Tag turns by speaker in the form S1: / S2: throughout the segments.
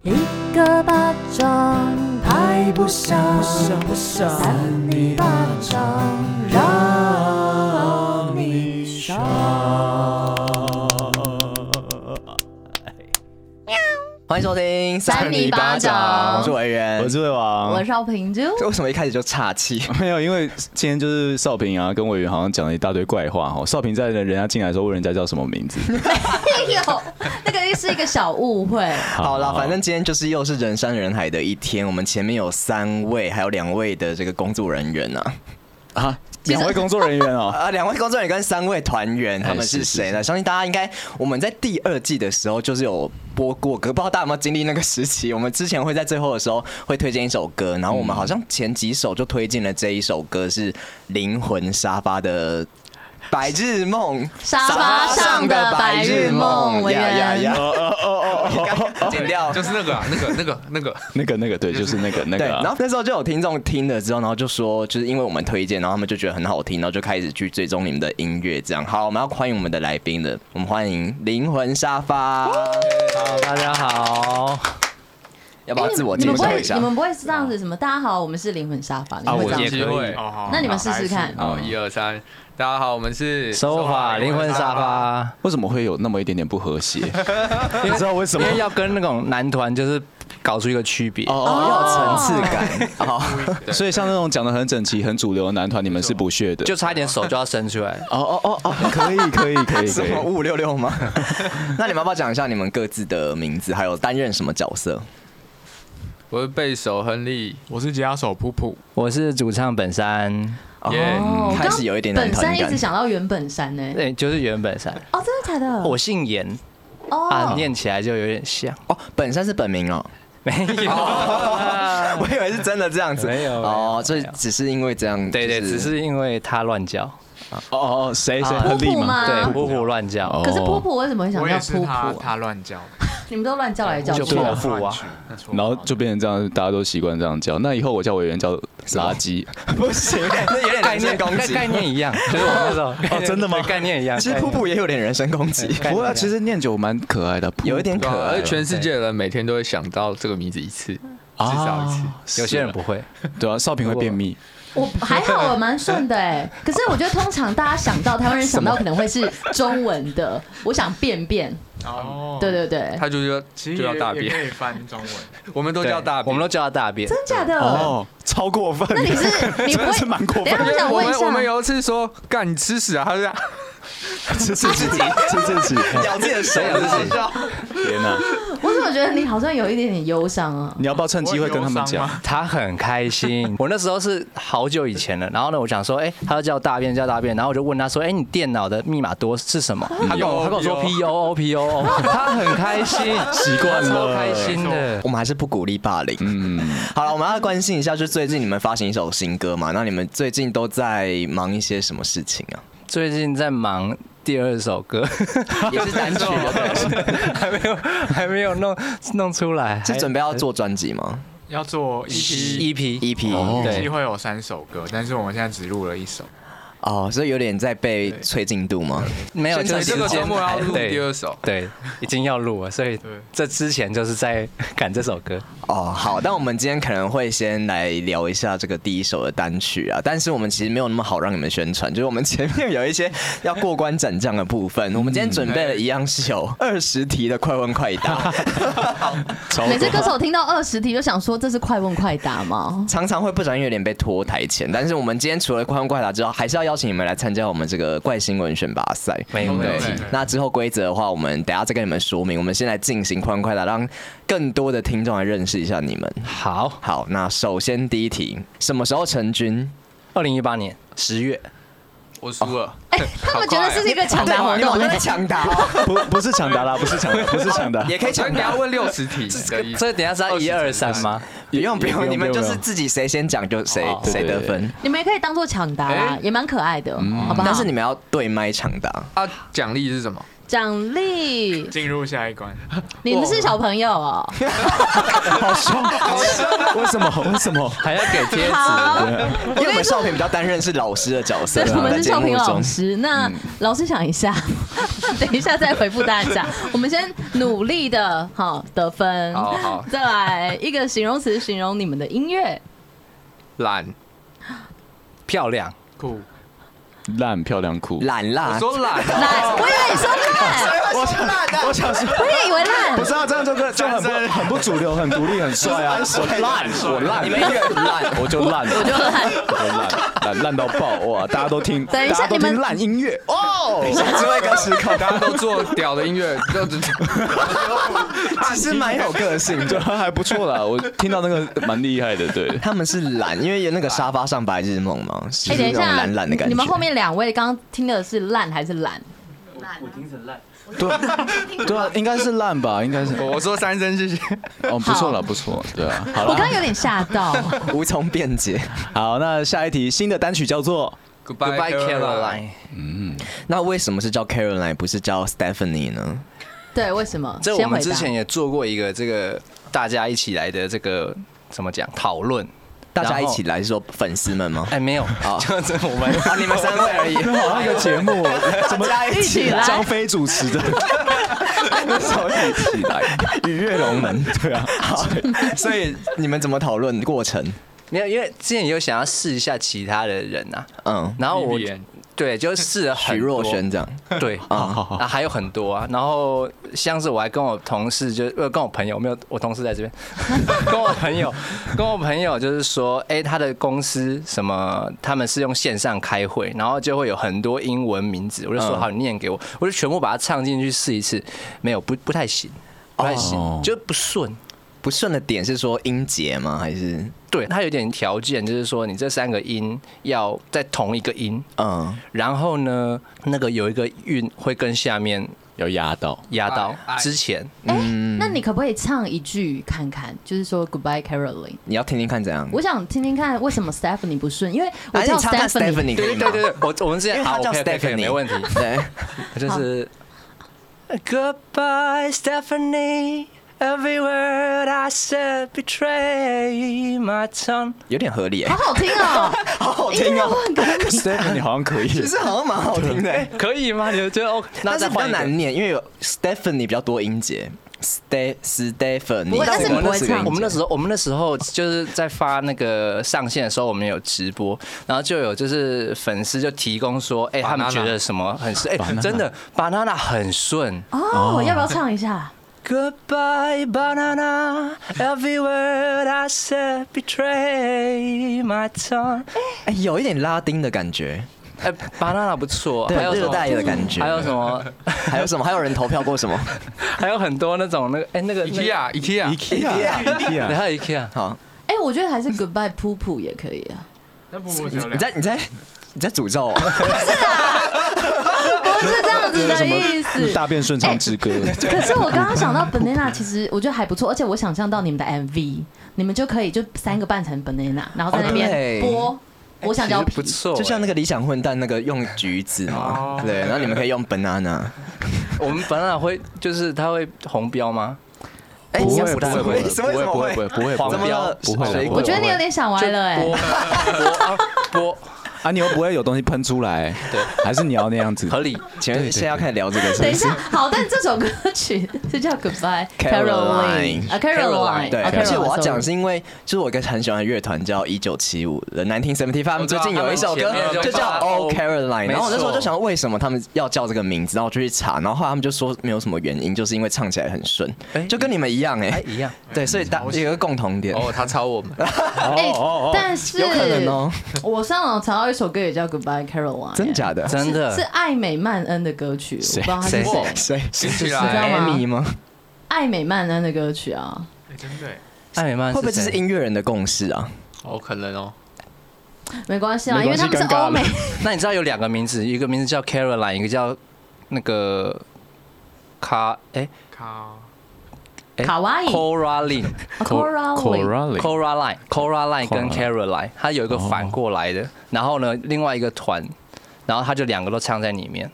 S1: 一个巴掌拍不响，
S2: 不想
S1: 扇你巴掌让你爽。
S3: 欢迎收听
S1: 三米巴掌
S3: 我是委员，
S2: 我是魏王，
S1: 我少平 哎就
S3: 这为什么一开始就岔气？
S2: 没有，因为今天就是少平啊，跟委员好像讲了一大堆怪话哈。少平在人家进来的时候问人家叫什么 名字，
S1: 有，那个是一个小误 会。
S3: 好了，反正今天就是又是人山人海的一天。我们前面有三位，还有两位的这个工作人员呢、
S2: 啊，两位工作人员 哦，
S3: 啊，两位工作人员跟三位团员，他们
S2: 哎
S3: 是
S2: 是
S3: 谁呢？相信大家应该我们在第二季的时候就是有播过歌，不知道大家有没有经历那个时期？我们之前会在最后的时候会推荐一首歌，然后我们好像前几首就推荐了这一首歌是《灵魂沙发》的。白日梦，
S1: 沙发上的白日梦
S3: 呀呀呀！
S2: 哦哦哦哦，
S3: 剪掉，
S4: 就是那个啊，那个那个那 个，
S2: 那个那个对，就是那个那
S3: 对，
S2: 个
S3: 然
S2: 啊
S3: 后那时候就有听众听了之后，然后就说，就是因为我们推荐，然后他们就觉得很好听，然后就开始去追踪你们的音乐。这样，好，我们要欢迎我们的来宾了，我们欢迎灵魂沙发。
S5: 好，大家好，
S3: 要不要自我
S1: 哎你
S3: 介
S1: 们不
S3: 绍
S1: 会
S3: 一，下
S1: 你？们不会是这样子什么？大家好，我们是灵魂沙发，你
S5: 啊
S1: 们会
S5: 我
S1: 这样
S5: 也
S1: 子？
S5: 可以
S4: 哦好
S1: 那你们试试看
S4: 好来一二三，大家好，我们是
S5: 手法灵魂沙，发，
S2: 为什么会有那么一点点不和 谐？
S5: 你
S2: 知道为什么
S5: 因为要跟那种男团就是搞出一个区别。
S3: 哦，要有层次 感。好，
S4: 对
S2: 所以像那种讲的很整齐、很主流的男团，你们是不屑的。
S5: 就差一点手就要伸出来，
S2: 哦哦哦哦，可以可以可以
S3: 什
S2: 可
S3: 么
S2: 以。
S3: 五五六六吗？ 那你们要不要讲一下你们各自的名字，还有担任什么角色？
S4: 我是贝手亨利，
S6: 我是吉他手普普，
S5: 我是主唱本山，
S4: 耶
S1: 哦，
S3: 开始有一点男
S1: 本
S3: 团
S1: 山一
S3: 感
S1: 直。想到原本山呢。
S5: 对，哎就是原本山。
S1: 哦，真的假的？
S5: 我姓严啊，
S1: 哦，
S5: 念起来就有点像，
S3: 哦，本山是本名哦，
S5: 没有。
S3: 我以为是真的这样子。
S5: 没有
S3: 哦
S5: 没有，
S3: 所以
S5: 没有
S3: 只是因为这样。
S5: 对对，
S3: 就
S5: 只是因为他乱叫，
S2: 哦哦哦，谁谁
S3: 啊
S2: 亨利
S1: 普普吗
S2: 吗？
S5: 对，
S1: 啊
S5: 呼呼乱叫，
S2: 哦
S1: 可是噗噗为什么会想
S6: 我
S1: 叫
S6: 也是
S1: 噗
S6: 他
S1: 噗？
S6: 他乱叫的，
S1: 啊你们都乱叫来叫
S5: 就
S1: 去
S5: 泼
S1: 啊。
S5: 妇啊，
S2: 然后就变成这样，大家都习惯这样叫。那以后我叫委员叫垃圾，
S3: 不行，那有点
S5: 概
S3: 人身
S5: 念
S3: 攻
S5: 概
S3: 击。
S5: 啊 概念一样，就是我那时候 哦
S2: 真的吗
S5: 概念一样，
S3: 其实
S5: 概
S3: 瀑
S5: 念
S3: 布也有点人身攻击，
S2: 不过其实念九蛮可爱的，
S3: 有一点
S4: 对
S3: 可
S4: 啊，
S3: 爱
S4: 而且。全世界的人每天都会想到这个名字一次，至少一次。
S5: 有些人不会，
S2: 对啊，少平会便秘，
S1: 我还好，我蛮顺的哎。可是我觉得通常大家想到台湾人想到可能会是中文的，我想便便，
S6: 哦，
S1: 对，对对，
S4: 他就说就
S6: 其实
S4: 叫
S6: 也
S4: 大
S6: 也可
S4: 便，
S6: 以翻中文，
S4: 我们都
S5: 对
S4: 叫大便，
S5: 我们都叫他大便，
S1: 真假的？
S2: 哦，超过分。
S1: 那你是你不
S2: 真的是
S1: 会
S2: 蛮过分
S1: 等一下我想
S4: 我
S1: 问一
S4: 们我们
S1: 下，
S4: 有一次说干你吃屎啊，他就这样，
S2: 吃自己，吃自己，
S3: 咬自己的手，咬自己。
S2: 天哪！
S1: 我怎么觉得你好像有一点点忧伤啊？
S2: 你要不要趁机会跟他们
S6: 我有
S2: 讲
S6: 忧伤？吗
S5: 他很开 心。我那时候是好久以前了，然后呢，我想说，哎、他就叫大便，叫大便，然后我就问他说，哎、你电脑的密码多是什么？他跟我他跟我说 P O O P O O，他很开心，习
S2: 惯了
S5: 超开心的
S3: 我。们还是不鼓励霸凌。嗯，好了，我们要关心一下，就最近你们发行一首新歌嘛？那你们最近都在忙一些什么事 情啊？
S5: 最近在忙第二首歌，
S3: 也是单曲，
S5: 还没有还没有弄弄出来，
S3: 是准备要做专辑吗 E
S6: 要做 EP，
S5: 一 P
S3: ？EP
S2: 哦
S6: 预计
S5: 对。
S6: 会有三首歌，但是我们现在只录了一首，
S3: 哦，所以有点在被催进度吗？
S5: 没有，就
S3: 宣传
S5: 是
S4: 你这个
S5: 时间
S4: 周末要录
S5: 对
S4: 第二首，
S5: 对，已经要录了，所以
S6: 对
S5: 这之前就是在赶这首歌。
S3: 哦，好，但我们今天可能会先来聊一下这个第一首的单曲啊，但是我们其实没有那么好让你们宣传，就是我们前面有一些要过关斩将的部分，我们今天准备了一样是有二十题的快问快答，
S2: 超
S1: 每次歌手听到二十题就想说这是快问快答 吗？
S3: 常常会不小心有点被拖台前，但是我们今天除了快问快答之后，还是要邀请你们来参加我们这个怪新闻选拔赛。
S5: 没有
S3: 对
S5: 问
S6: 对
S5: 题，
S3: 那之后规则的话，我们等一下再跟你们说明。我们先来进行快问快答，让更多的听众来认识一下你们。
S5: 好。
S3: 好，那首先第一题，什么时候成军？
S5: 二零一八年十月，
S4: 我输了。
S1: 哎，他
S4: 啊
S1: 们觉得这是一个抢答活
S3: 啊你
S1: 动
S3: 们，在抢 答哦，
S2: 不不是抢答啦，不是抢答，不是抢答，
S3: 也可以
S4: 所以
S3: 抢
S4: 你要
S3: 答。
S4: 问六 十题的意思，
S5: 所以等一下是要一二三吗？
S3: 不用不
S2: 不
S3: 用，
S2: 用
S3: 你们
S2: 不
S3: 就
S2: 用
S3: 是自己谁先讲就谁
S5: 哦对
S3: 谁
S2: 对
S3: 得
S2: 对
S3: 分，
S1: 你们也可以当做抢答啦
S4: 哎，
S6: 嗯
S1: 也蛮可爱的，好不好？
S3: 但是你们要对麦抢答。
S4: 啊，奖励是什么？
S1: 奖励，
S6: 进入下一关。
S1: 你们是小朋友哦。
S2: 为什么？为什么？
S4: 还要给 贴纸，
S1: 好，
S3: 因为我们少平比较担任是老师的角色，
S1: 对，我们是
S3: 在节
S1: 少
S3: 目
S1: 平老
S3: 中
S1: 师。那老师想一下， 等一下再回复大家。我们先努力的好得分，
S4: 好好
S1: 再来一个形容词形容你们的音乐，
S4: 懒，
S5: 漂亮，
S6: 酷，
S2: 烂漂亮裤，
S3: 懒
S4: 我
S3: 啦，
S4: 说懒，啊
S1: 烂，我以为你说烂，
S2: 我想，我想说，
S1: 我也以为烂
S2: 不。是啊，这样就跟就很不很不主流，很独立，很帅啊，我烂，我烂，你们烂，我就烂，我就烂，我烂，烂烂到爆哇！大家都听，
S1: 等一下
S2: 大家都
S1: 你们
S2: 听烂音乐 哦，
S3: 只会跟思考，
S4: 大家都做屌的音乐，就只
S3: 其实蛮有个性
S2: 对，
S3: 的。
S2: 还不错啦，我听到那个蛮厉害的，对。
S3: 他们是懒，因为有那个沙发上白日梦嘛，就是
S1: 哎，等
S3: 那
S1: 一
S3: 种
S1: 下，
S3: 懒懒的感觉。
S1: 你们后面两位刚刚听的是烂还是懒？
S2: 对对啊，应该是烂吧，应该是
S4: 我说三声谢谢。
S2: 哦，不错了，不错，对啊，好
S1: 我刚
S2: 了，
S1: 刚有点吓到。
S3: 无从辩解。
S2: 好，那下一题，新的单曲叫做
S4: Goodbye Caroline，
S3: 那为什么是叫 Caroline 不是叫 Stephanie 呢？
S1: 对，为什么？
S5: 这我
S1: 先
S5: 们
S1: 回
S5: 之
S1: 答。
S5: 前也做过一个这个大家一起来的这个怎么讲讨论，
S3: 大
S5: 然
S3: 家一
S5: 后
S3: 起来是说粉丝们吗？
S5: 哎没有， 就是我们
S3: 啊，你们三位 而已。
S2: 好像一个节 目，怎么
S3: 大家一
S1: 起来
S2: 张飞主 持的，
S3: 手一起来，鱼跃龙门。
S2: 对啊，
S3: 所以你们怎么讨论过程？
S5: 没有，因为之前有想要试一下其他的人呐、啊，
S3: 嗯，
S5: 然后我
S4: Vivian
S5: 对就试了
S3: 许
S5: 很
S3: 若
S5: 多，
S3: 瑄这样。
S5: 对啊，还有很多啊。然后像是我还跟我同事就呃跟我朋友没有，我同事在这边， 跟我朋友跟我朋友就是说，哎、他的公司什么，他们是用线上开会，然后就会有很多英文名字，我就说
S3: 嗯
S5: 好，你念给我，我就全部把它唱进去试一次，没有不不太行，不太行，
S2: 哦
S5: 就不顺。
S3: 不顺的点是说音节吗？还是
S5: 对，它有点条件，就是说你这三个音要在同一个音，
S3: 嗯？
S5: 然后呢，那个有一个韵会跟下面
S2: 有压到，
S5: 压到
S4: 哎哎
S5: 之前。
S1: 哎，
S3: 嗯
S1: 那你可不可以唱一句看看？就是说 Goodbye Caroline。
S3: 你要听听看怎样？
S1: 我想听听看为什么 Stephanie 不顺，因为我
S3: 还是
S1: 叫
S3: 你唱看
S1: Stephanie。
S3: Stephanie 可以
S5: 对
S3: 吗
S5: 对对对，我我们之
S3: 因
S5: 前
S3: 为它
S5: 好
S3: 叫
S5: OK，可以可以
S3: Stephanie
S5: 没 问题，
S3: 对，
S5: 就是。Goodbye, Stephanie. Every word I said betray my tongue.
S3: 有点合理哎
S1: 好，好听哦，
S3: 好好
S1: 一定
S3: 听
S1: 要
S3: 哦。
S1: 换歌名。
S2: Stephen，你好像可以，
S3: 其实好像蛮好听的，
S5: 可以吗？你们觉得 OK？那
S3: 但是
S5: 再
S3: 比较
S5: 换一
S3: 难
S5: 个。
S3: 念，因为有 Stephanie 比较多音节，Ste Stephanie。
S1: 不会但是你不会唱
S5: 我们那时候，我们那时候就是在发那个上线的时候，我们有直播，然后就有就是粉丝就提供说，哎、他们
S4: Banana
S5: 觉得什么很顺，哎、真的 banana 很顺。
S1: 哦，要不要唱一下？
S5: Goodbye banana, every word I said betray my tongue。
S3: 哎，有一点拉丁的感 觉，
S5: 哎、b a n a n a 不错，
S3: 对
S5: 还有什
S3: 热带
S5: 么？
S3: 的感觉。
S5: 还有什么？
S3: 还有什么？还有人投票过什么？
S5: 还有很多那种那个，哎、那个那个，
S4: IKEA IKEA，
S5: 然
S2: IKEA，IKEA，
S5: 后 IKEA，
S3: 好，
S1: 哎，我觉得还是 Goodbye 噗噗也可以 啊。
S6: 那不不只有
S3: 你
S6: 两
S3: 在你在你在诅 咒哦，
S1: 不是这 样子的意思。
S2: 大便顺畅之歌，
S1: 可是我刚刚想到 banana，其实我觉得还不错，而且我想象到你们的 MV，你们就可以就三个扮成 banana，然后在那
S3: 哦
S1: 边
S3: 对
S1: 播。我想叫
S5: 哎其实不错、
S3: 就像那
S5: 个，
S3: 个理想混蛋那个用橘子
S5: 哦
S3: 嘛，对，然后你们可以用 banana。
S5: 我们 banana 会就是它会红标吗？
S3: 哎，
S2: 不
S3: 你要
S2: 会不会不会
S3: 为什么
S2: 不会
S3: 会
S2: 不会不会
S5: 黄
S2: 不会
S5: 标
S2: 不会
S5: 水果
S2: 不
S1: 我
S2: 会
S1: 觉得你有点想歪了哎、
S5: 播播啊播，
S2: 啊，你又不会有东西喷出来，对，还是你要那样子
S5: 合理。
S3: 请问现在要开始聊这个是
S1: 等
S3: 不
S1: 一
S3: 是
S1: 下？，好，但这首歌曲是叫 Goodbye
S3: Caroline
S1: 啊 Caroline，
S3: 对，
S1: 啊
S3: 而且
S1: Caroline，
S3: 我要讲
S1: sorry
S3: 是因为，就是我一个很喜欢的乐团叫一九七五的南听 Seventy Five，他们最近有一首歌
S5: 他们前面就
S3: 就叫
S5: 放
S3: Oh
S5: Oh，
S3: Caroline，然后我那时候
S5: 没错
S3: 就想为什么他们要叫这个名字，然后我就去查，然后后来他们就说没有什么原因，就是因为唱起来很顺
S5: 哎，
S3: 就跟你们一样
S5: 哎
S3: 哎，，
S5: 一样，
S3: 对，所以大有一个共同点，
S4: 哦，他抄我 们，
S1: 哎、但是
S3: 哦有可能哦，
S1: 我上网查到一首歌也叫 Goodbye Caroline，
S3: 真假 的？
S5: 真
S1: 是
S5: 的
S1: 是。艾美曼恩的歌曲，我不知道它是
S5: 谁
S1: 谁，
S3: 谁？
S4: 听起
S1: 知道
S4: 来
S1: 吗
S3: Amy 吗？
S1: 艾美曼恩的歌曲啊，
S6: 哎真的耶，
S5: 艾美曼
S3: 会不会这是
S5: 谁
S3: 音乐人的共识啊？
S4: 哦，可能哦，
S1: 没关系啊，因
S2: 没
S1: 为
S2: 关系
S1: 他们是
S2: 尴尬了
S1: 欧美，
S5: 那你知道有两个名字，一个名字叫 Caroline，一个叫那个卡哎
S6: 靠，
S5: 哎
S1: 卡哇伊
S5: Coraline，Coraline，Coraline
S1: 啊 Coraline，
S5: Coraline 跟
S2: Coraline
S5: Caroline，它有一
S3: 哦
S5: 个反过来的。然后呢，另外一个团，然后他就两个都唱在里面，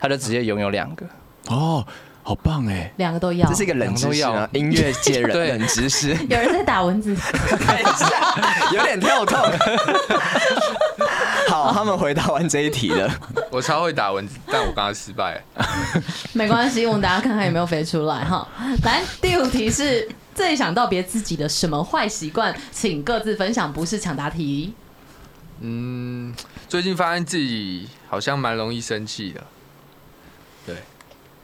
S5: 他就直接拥有两个。
S2: 哦，好棒哎！
S1: 两个都要
S3: 这。是一个冷知识啊，音乐界
S5: 对
S3: 冷冷知识，
S1: 有人在打 蚊子，
S3: 有点跳痛。好，他们回答完这一题了。
S4: 我超会打蚊子，但我刚刚失败了。
S1: 没关系，我们大家看看有没有飞出来哈。来，第五题是最想道别自己的什么坏习惯，请各自分享，不是抢答题。
S4: 嗯，最近发现自己好像蛮容易生气的。对，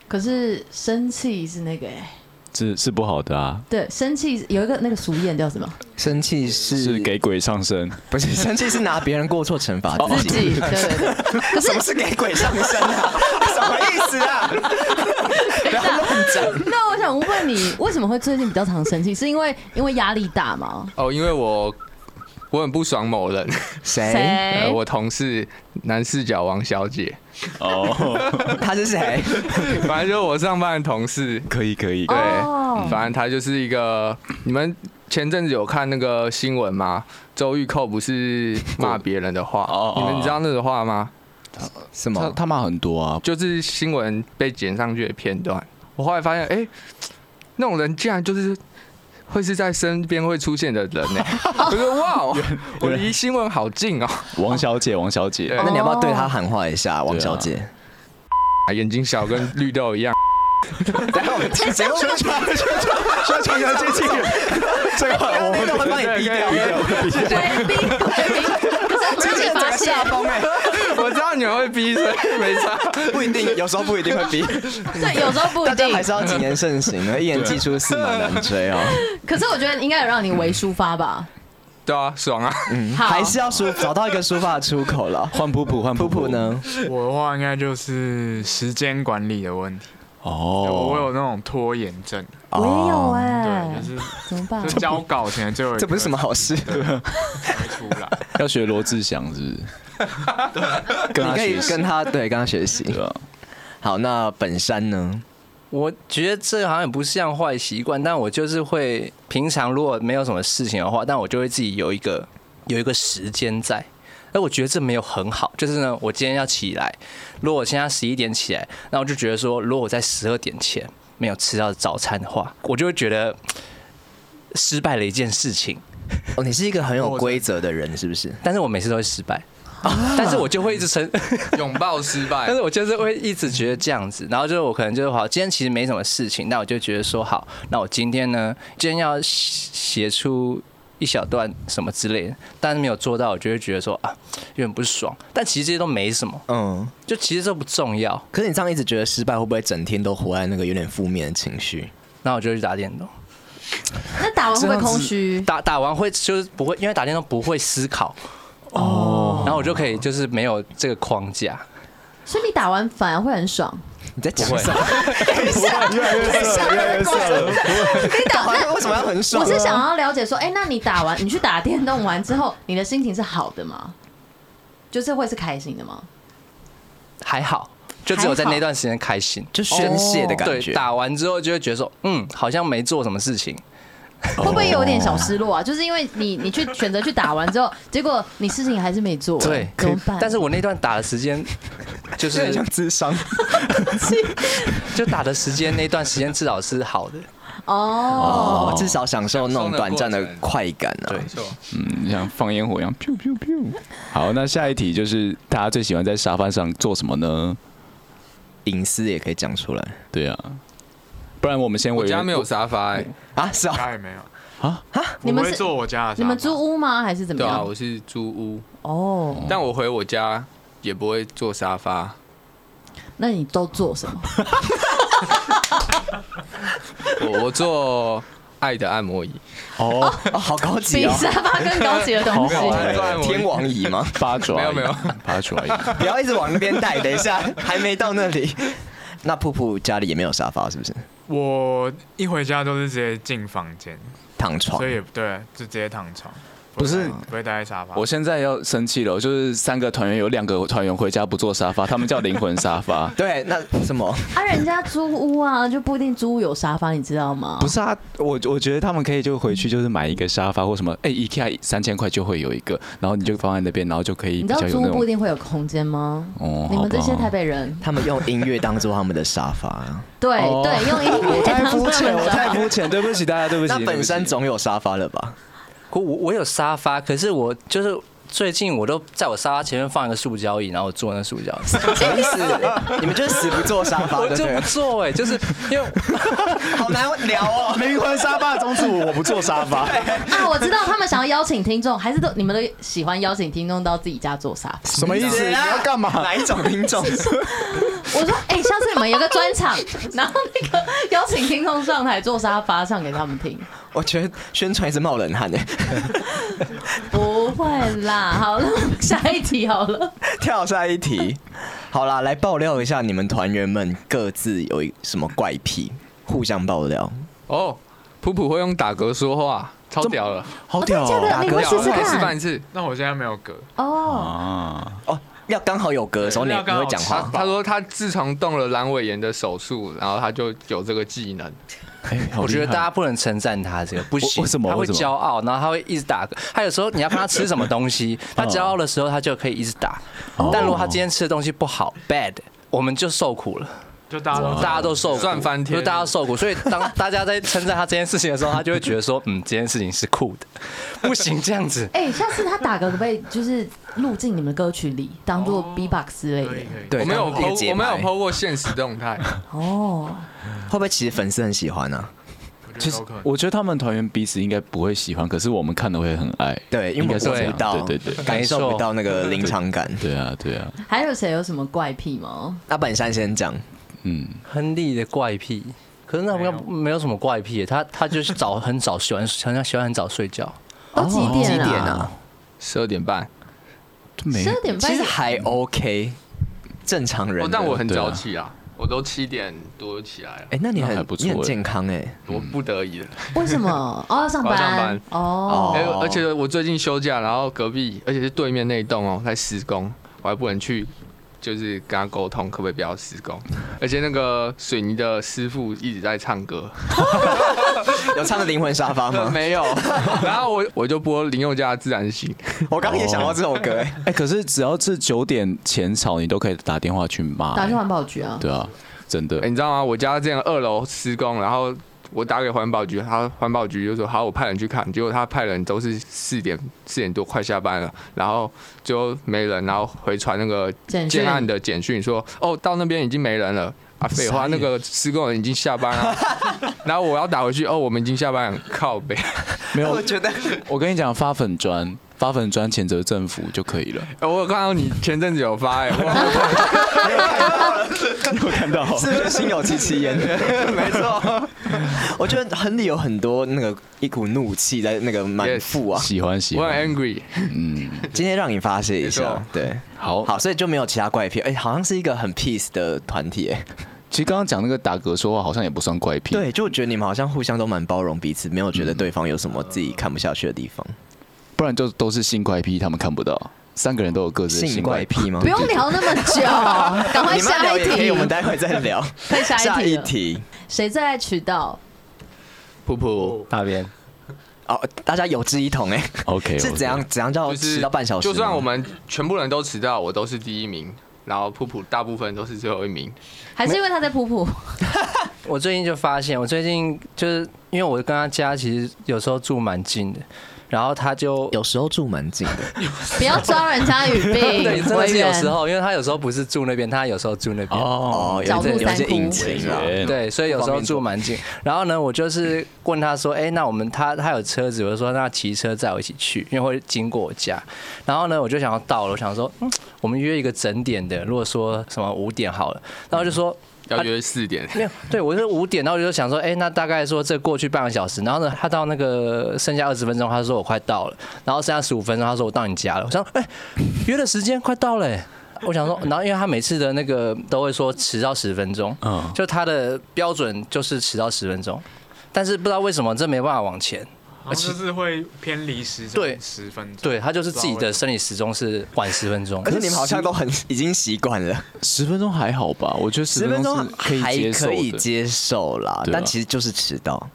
S1: 可是生气是那个哎、
S3: 欸
S2: 是是不好的啊，
S1: 对，生气有一个那个俗谚叫什么？
S3: 生气是
S2: 是给鬼上身。
S3: 不是生气是拿别人过错惩罚
S1: 自
S3: 哦自己？
S1: 己对对对。 可
S3: 什么
S1: 是
S3: 是给鬼上身啊？什么意思啊？不要乱讲。
S1: 那我想问你，为什么会最近比较常生气？是因为因为压力大吗？
S4: 哦，因为我我很不爽某人，
S3: 谁？
S4: 呃
S1: 谁？
S4: 我同事男视角王小姐，
S2: 哦，
S3: 他是谁？
S4: 反正就是我上班的同事，
S2: 可以可以
S4: 对，
S1: 哦
S4: 反正他就是一个。你们前阵子有看那个新闻吗？周玉蔻不是骂别人的话，
S2: 哦哦
S4: 你们知道那个话吗？
S3: 什
S2: 他
S3: 么？
S2: 他骂很多啊，
S4: 就是新闻被剪上去的片段。我后来发现，哎、那种人竟然就是会是在身边会出现的人 呢、我说哇，哦我离新闻好近哦、
S2: 王小姐王小姐
S4: 对，
S3: 那你要不要对他喊话一下，王小姐？
S4: 眼睛小跟绿豆 一样。
S3: 然后我们节目宣传宣传宣传要接近，
S2: 这个我
S3: 我
S2: 们
S3: 们都会帮你逼掉。
S1: 贵宾，贵宾，可是我自己发现，
S3: 风哎，
S4: 我知道你们会逼，所以没差。
S3: 不一定，有时候不一定会逼，
S1: 对，有时候不一
S3: 大家
S1: 定
S3: 还。是要谨言慎行的，一言既出驷马难追哦。
S1: 可是我觉得应该有让你为抒发吧。
S4: 对啊，爽啊！
S1: 好，
S3: 嗯还是要抒找到一个抒发的出口了。
S2: 换普普换
S3: 噗
S2: 普
S3: 噗？呢？
S6: 我的话应该就是时间管理的问题，我我
S2: 哦，
S6: 有那种拖延症，
S1: 我也有
S3: 欸
S1: 哎
S6: 哦对，，就是
S1: 怎么办
S6: 就？交稿前最后一
S3: 这不是什么
S6: 刻
S3: 好事。
S6: 才出来，
S2: 要学罗志祥是不是？跟
S3: 你
S2: 他
S3: 可以
S2: 学习
S3: 跟他对跟他学习。
S2: 对啊，
S3: 好，那本山呢？
S5: 我觉得这好像也不像坏习惯，但我就是会平常如果没有什么事情的话，但我就会自己有一个有一个时间在。哎，我觉得这没有很好，就是呢，我今天要起来，如果我现在十一点起来，那我就觉得说，如果我在十二点前没有吃到早餐的话，我就会觉得失败了一件事情。
S3: 哦，你是一个很有规则的人，是不是？
S5: 但是我每次都会失败， 但是我就会一直 成，
S4: 拥抱失败
S5: 但，是我就是会一直觉得这样子，然后就是我可能就是好，今天其实没什么事情，那我就觉得说好，那我今天呢，今天要写写出一小段什么之类的，但是没有做到，我就会觉得说啊，有点不爽。但其实这些都没什么，
S3: 嗯。
S5: 就其实这不重要。
S3: 可是你这样一直觉得失败，会不会整天都活在那个有点负面的情绪？
S5: 那我就去打电动，
S1: 那打完会不会空虚？
S5: 打打完会就是不会，因为打电动不会思考哦，然后我就可以就是没有这个框架。
S1: 所以你打完反而会很爽。
S3: 你在讲
S5: 不会
S3: 什么？
S2: 越来越色，越来越色了。
S1: 你打完
S3: 为什么要很爽啊
S1: 我
S3: 呢？
S1: 是想要了解说，哎、那你打完，你去打电动完之后，你的心情是好的吗？就是会是开心的吗？
S5: 还好，就只有在
S1: 还好
S5: 那段时间开心，哦
S3: 就宣泄的感觉
S5: 对，打完之后就会觉得说，嗯，好像没做什么事情，
S6: 哦
S1: 会不会有点小失落啊？就是因为你你去选择去打完之后，结果你事情还是没做，
S5: 对，
S1: 怎么办？
S5: 但是我那段打的时间，就
S3: 有点
S5: 是
S3: 像智商。
S5: 就打的时间那段时间至少是好的，
S1: 哦，
S3: 哦，至少享受那种短暂的快感啊。
S5: 对
S4: 没错。
S2: 嗯，像放烟火一样，咻咻咻。好，那下一题就是大家最喜欢在沙发上做什么呢？
S3: 隐私也可以讲出来
S2: 对啊，不然我们先
S4: 我
S2: 委
S4: 家
S2: 员
S4: 没有沙发哎、
S3: 啊，是啊，
S6: 家也没有
S2: 啊
S6: 啊，
S1: 你
S6: 我不
S1: 们
S6: 会
S1: 是
S6: 做我家的沙发，
S1: 你们租屋吗？还是怎么
S4: 对啊，
S1: 样？
S4: 我是租屋，
S1: 哦，
S4: 但我回我家也不会坐沙发。
S1: 那你都做什么？
S4: 我我做爱的按摩椅，
S2: 哦，
S3: 哦好高级
S1: 比
S3: 哦，
S1: 沙发更高级的东西。
S4: 没有啊做按摩椅
S3: 天王椅吗？
S2: 八爪
S4: 没有没有
S2: 八爪鱼，
S3: 不要一直往那边带，等一 下还没到那里。那瀑布家里也没有沙发，是不是？
S6: 我一回家都是直接进房间，
S3: 躺床。
S6: 所以也对，就直接躺床。不
S2: 不是
S6: 不会待在沙发。
S2: 我现在要生气了，就是三个团员有两个团员回家不坐沙发，他们叫灵魂沙发
S3: 对，那什么？
S1: 啊，人家租屋啊，就不一定租屋有沙发，你知道吗？
S2: 不是啊，我我觉得他们可以就回去就是买一个沙发或什么，哎、一 k 三千块就会有一个，然后你就放在那边，然后就可以
S1: 你
S2: 比
S1: 知道
S2: 较有
S1: 租屋
S2: 那
S1: 不一
S2: 种。
S1: 定会有空间吗？
S2: 哦
S1: 你们这些
S2: 好吧
S1: 台北人，
S3: 他们用音乐当做他们的沙发，
S1: 对
S2: 哦
S1: 对，用英语
S3: 太肤浅
S1: 们
S3: 我
S1: 的
S3: 太
S1: 沙
S2: 太
S1: 发
S2: 肤浅，对不起大家，对不起。
S3: 那本身
S2: 对不起
S3: 总有沙发了 吧？
S5: 我我有沙发，可是我就是最近我都在我沙发前面放一个塑胶椅，然后我坐那塑胶椅。
S3: 什么意思？你们就是死不坐沙发，
S5: 我
S3: 对不
S5: 就不
S3: 对？
S5: 坐哎、就是因为
S3: 好难聊哦。
S2: 灵魂沙发宗主，我不坐沙 发。
S1: 啊，我知道他们想要邀请听众，还是都你们都喜欢邀请听众到自己家做沙发。
S2: 什么意思？你要干嘛？
S3: 哪一种 听众？
S1: 我说，哎、下次你们有个专场，然后那个邀请听众上台坐沙发上给他们听。
S3: 我觉得宣传是冒冷汗欸诶，
S1: 不会啦，好了， 下一题好了。
S3: 跳下一题。 好啦，来爆料一下你们团员们各自有一什么怪癖，互相爆料。
S4: 哦，普普会用打嗝说话，超屌了，
S2: 好屌
S1: 真的假
S2: 哦
S1: 的你会
S4: 屌！
S1: 试试
S4: 来示范
S1: 看
S4: 一次。
S6: 那我现在没有嗝，
S1: 哦。
S2: 啊！
S3: 哦，要刚好有歌的时候，你
S6: 对
S3: 你
S6: 要刚好
S3: 会讲
S4: 他
S3: 话。
S4: 他说他自从动了阑尾炎的手术，然后他就有这个技能。
S2: 哎好
S5: 我觉得
S2: 厉害
S5: 大家不能称赞他这个不行，
S2: 为什么
S5: 他会
S2: 为什么
S5: 骄傲，然后他会一直打嗝。他有时候你要看他吃什么 东西，他
S2: 嗯
S5: 骄傲的时候他就可以一直打，
S2: 哦
S5: 但如果他今天吃的东西不好 bad，我们就受苦了。
S6: 就大家都
S5: 大家都受苦，
S4: 赚翻天
S5: 就大家受苦。所以当大家在称赞他这件事 情的时候，他就会觉得说，嗯，这件事情是酷的，不行这样子。
S1: 哎、下次他打嗝可不可以就是录进你们的歌曲里，当做 B box 之类
S6: 可
S1: 的？
S6: 以可以。
S3: 对，
S4: 我没有
S3: 刚好一个
S4: PO，
S3: 节
S4: 我没有
S3: 拍
S4: PO 过现实动态，
S1: 哦，
S3: 会不会其实粉丝很喜欢呢、啊？
S2: 其
S6: 其
S2: 实
S6: 实
S2: 我觉得他们团员彼此应该不会喜欢，可是我们看的会很爱。
S3: 对，因为我
S2: 应该是这
S3: 做
S2: 样
S3: 不到，
S2: 对对对，
S3: 感受不到那个临场感。
S2: 对啊对啊，
S1: 还有谁有什么怪癖吗？
S3: 那本山先讲，
S2: 嗯，
S5: 亨利的怪癖，可是那个没有什么怪癖，他他就是早很早喜欢，很喜欢很早睡觉。
S1: 都几点
S3: 哦几
S1: 了、
S3: 点啊？
S4: 十二点半。
S2: 就没
S1: 十二点半
S3: 其实还 OK，正常人
S4: 哦
S3: 的。，
S4: 但我很
S2: 对啊
S4: 早起啊，我都七点多起来了
S3: 哎、，那你
S2: 那还
S3: 很
S2: 不错
S3: 你很
S2: 欸
S3: 健康哎、
S4: 我不得已了。
S1: 为什么？ 哦，要上班。
S4: 我要上班
S1: 哦，
S4: 哎、而且我最近休假，然后隔壁，而且是对面那一栋哦，在施工，我还不能去，就是跟他沟通，可不可以不要施 工？而且那个水泥的师傅一直在唱 歌，
S3: 有唱《灵魂沙发》吗？
S4: 没有，然后我我就播林宥嘉的《自然醒》，
S3: 我刚刚也想到这首歌、欸，
S2: 哎，可是只要是九点前吵，你都可以打电话去骂。
S1: 打去环保局啊。
S2: 对啊，真的
S4: 哎，。你知道吗？我家这样二楼施工，然后。我打给环保局，他环保局就说好，我派人去看。结果他派人都是四点四点多快下班了，然后就没人，然后回传那个
S1: 简讯
S4: 建案的简讯说，哦，到那边已经没人了。啊，废话，那个施工人已经下班了， 然后我要打回去，哦，我们已经下班了，靠北。
S2: 没有
S3: 我觉得
S2: 我跟你讲，发粉砖，发粉砖谴责政府就可以了。
S4: 呃我有看到你前阵子有发哎、我
S2: 有看到？
S3: 是不是心有戚戚焉？没错， 我觉得亨利有很多那个一股怒气在那个满
S4: Yes
S3: 腹啊。
S2: 喜欢喜
S4: 我
S2: 欢，
S4: 很 angry，
S3: 今天让你发泄一下
S4: 没错，哦
S3: 对，
S2: 好
S3: 好，所以就没有其他怪癖，哎、好像是一个很 peace 的团体、欸，
S2: 其实刚刚讲那个打嗝说话好像也不算怪癖。
S3: 对，就我觉得你们好像互相都蛮包容彼此，没有觉得对方有什么自己看不下去的地方。
S2: 不然就都是性怪癖，他们看不到。三个人都有
S4: 嗯
S2: 各自的
S3: 性
S2: 性
S3: 怪
S2: 怪癖，
S3: 癖吗？
S1: 不用聊那么 久，赶快
S3: 你们要
S1: 下
S3: 聊
S1: 一
S3: 也可以
S1: 题。
S3: 我们待会再聊。
S1: 可以下一题了
S3: 下一题
S1: 谁最爱迟到？
S4: 噗噗，
S5: 大 边
S3: 哦，大家有志一同哎、
S2: OK，
S3: 是怎样怎样叫
S4: 就是
S3: 迟到半小时吗？
S4: 就算我们全部人都迟到，我都是第一名，然后噗噗大部分都是最后一名。
S1: 还是因为他在噗噗？
S5: 我最近就发现，我最近就是因为我跟他家其实有时候住蛮近的，然后他就
S3: 有时候住蛮近的，
S1: 不要抓人家 语
S5: 对，
S1: 病，
S5: 真的
S1: 委
S5: 是有
S1: 员。
S5: 时候，因为他有时候不是住那边，他有时候住那边。
S3: 哦，
S1: 角
S3: 有
S1: 度
S3: 点有
S1: 三
S3: 些
S1: 窟
S3: 隐情啊。
S2: 对
S5: 对，所以有时候住蛮近。然后呢，我就是问他说：“哎、那我们他他有车子，我就说那骑车载我一起去，因为会经过我家。”然后呢，我就想要到了，我想说，嗯，我们约一个整点的，如果说什么五点好了，然后就说。
S4: 要约四点，
S5: 没有，对我是五点，然后我就想说，哎、那大概说这过去半个小时，然后呢，他到那个剩下二十分钟，他说我快到了，然后剩下十五分钟，他说我到你家了，我想，哎、约的时间快到了、哎我想说，然后因为他每次的那个都会说迟到十分钟，
S2: 嗯
S5: 就他的标准就是迟到十分钟，但是不知道为什么这没办法往前，
S6: 好像哦就是会偏离时钟
S5: 对
S6: 十分钟，
S5: 对他就是自己的生理时钟是晚十分钟
S3: 而，且你们好像都很已经习惯了，
S2: 十分钟还好吧？我觉得十
S3: 十分钟
S2: 是可以
S3: 还
S2: 接受
S3: 可以
S2: 的。
S3: 接受啦，
S2: 对啊
S3: 但其实就是迟到。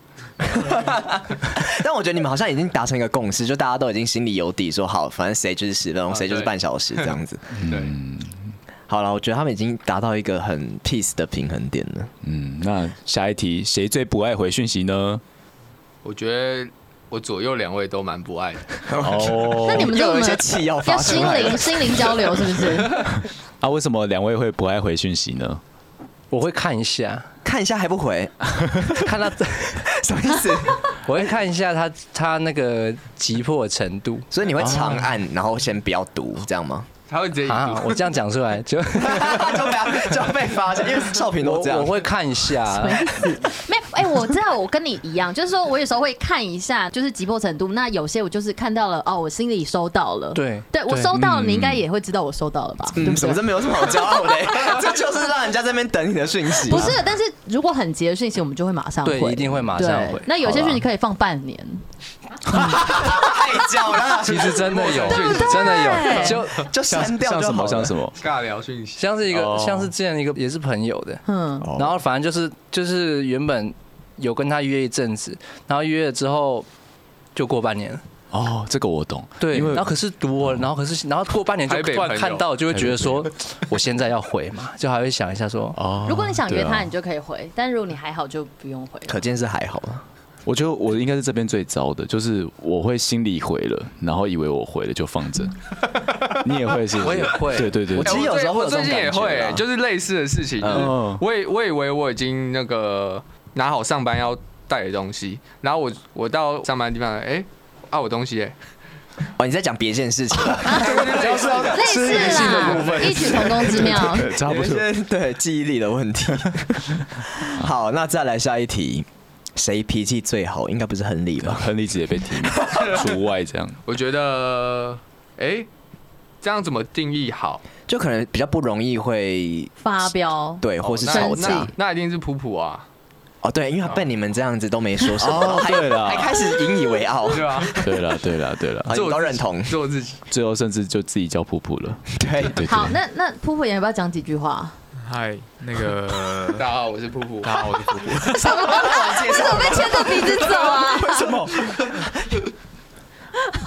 S3: 但我觉得你们好像已经达成一个共识，就大家都已经心里有底，说好，反正谁就是十分钟，
S4: 啊
S3: 谁就是
S4: 对
S3: 半小时这样子。
S4: 对，
S3: 好了，我觉得他们已经达到一个很 peace 的平衡点了。
S2: 嗯，那下一题，谁最不爱回讯息呢？
S4: 我觉得我左右两位都蛮不爱的。
S2: 哦
S1: 那你们
S3: 又有一
S1: 这
S3: 些
S1: 么
S3: 气要发
S1: 要
S3: 出
S1: 心
S3: 来
S1: 灵
S3: 了。
S1: 心灵交流是不是？
S2: 啊，为什么两位会不爱回讯息呢？
S5: 我会看一下，
S3: 看一下还不回，
S5: 看他，
S3: 什么意思？
S5: 我会看一下他他那个急迫程度
S3: 所以你会长按，然后先不要读，这样吗？
S4: 他会直接已
S5: 啊！
S4: 读，
S5: 我这样讲出来就
S3: 就不要就被发现，因为少平
S5: 我
S3: 都这样
S5: 我。会看一 下，
S7: 没有，哎、我知道，我跟你一样，就是说我有时候会看一下，就是急迫程度。那有些我就是看到了，哦，我心里收到了，
S5: 对
S7: 对我
S5: 对
S7: 收到了，你应该也会知道我收到了吧？
S3: 嗯，什么这没有什么好骄 傲的，这就是让人家在那边等你的讯息。
S7: 不是，但是如果很急的讯息，我们就会马上回，
S5: 对一定会马上
S7: 对
S5: 回
S7: 那有些
S5: 好啦
S7: 讯息可以放半年，
S3: 太久了，
S5: 其实真的 有，
S4: 对不
S5: 真的有，
S7: 对
S5: 就
S3: 就删掉
S2: 像
S3: 就
S2: 什
S3: 好
S2: 么
S3: 了
S2: 像什么？
S4: 尬聊讯息。
S5: 像是一个
S2: 哦
S5: 像是之前一个也是朋友的，
S7: 嗯，
S5: 然后反正就是就是原本有跟他约一阵子，然后约了之后就过半年了，嗯
S2: 哦，这个我懂。
S5: 对，
S2: 因
S5: 然后
S2: 为
S5: 可是读我，然后可是然后过半年就
S4: 台北
S5: 突然
S4: 朋友
S5: 看到，就会觉得说我现在要回嘛，就还会想一下说
S2: 哦
S7: 如果你想约
S2: 对
S7: 他，
S2: 啊
S7: 你就可以回；但如果你还好，就不用回了。
S3: 可见是还好啊了。
S2: 我觉得我应该是这边最糟的，就是我会心里回了，然后以为我回了就放着。你也会是不是？
S5: 我也会
S2: 对对对，
S3: 我
S2: 对
S3: 其实有时候会
S4: 我
S3: 有这
S4: 最
S3: 种
S4: 近
S3: 感
S4: 也
S3: 觉啦
S4: 会，就是类似的事情。
S2: 嗯
S4: 嗯，我以我以为我已经那个拿好上班要带的东西，然后我我到上班的地方，哎，啊我 东西哎，
S3: 哦，你在讲别件事情，啊
S7: 类似啦，异曲同工之妙。
S2: 差不
S3: 有一
S2: 多。
S3: 些对记忆力的问 题。好，那再来下一题，谁脾气最好？应该不是亨利吧？
S2: 亨利直接被提名除外，这样
S4: 我觉得，哎，这样怎么定义好？
S3: 就可能比较不容易会
S7: 发飙，
S3: 对，或是
S4: 那
S3: 吵
S4: 那
S3: 架。
S4: 那一定是普普啊，
S3: 哦，对，因为被你们这样子都没说什么，
S2: 哦，对
S3: 还
S2: 了，
S3: 开始引以为傲，
S4: 对吧？
S2: 对了，对了，对了，
S3: 啊你们都认同。
S4: 做自己，
S2: 最后甚至就自己叫噗噗了。
S3: 对，
S2: 对，
S7: 好，
S2: 对
S7: 那那瀑布也要不要讲几句话？
S6: 嗨，那个
S4: 大家好，我是普普。
S6: 大家好，我是普普。
S7: 什么？为什么被牵着鼻子走 啊？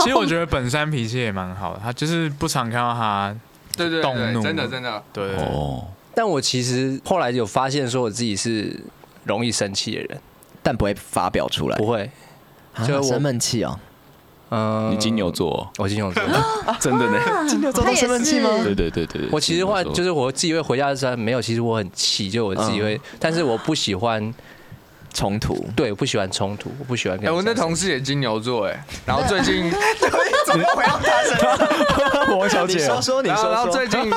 S6: 其实我觉得本山脾气也蛮好的，他就是不常看到他，
S4: 对对
S6: 动怒
S4: 对，真的真的，
S6: 对对对
S2: 哦，
S5: 但我其实后来有发现，说我自己是容易生气的人，
S3: 但不会发表出来
S5: 不。会，
S3: 啊
S5: 就我
S3: 生闷气哦，
S5: 嗯，
S2: 你金牛，座哦
S5: 我金 牛座，
S3: 啊
S2: 真的呢？
S3: 金牛
S7: 他也是
S2: 对对对对对，
S5: 我其实后来
S2: 金牛座
S5: 就是我自己会回家的时候，没有，其实我很气，就我自
S4: 嗯
S5: 己会，但是我不喜欢，
S3: 冲突，
S5: 对，我不喜欢冲突，我不喜欢跟
S4: 哎，
S5: 人
S4: 我
S5: 家
S4: 那同事也金牛座，哎，然后最近，
S3: 怎么回到他身上？王小
S2: 姐
S3: 你说说，你
S4: 然后然
S3: 说
S4: 后
S3: 说
S4: 最，近，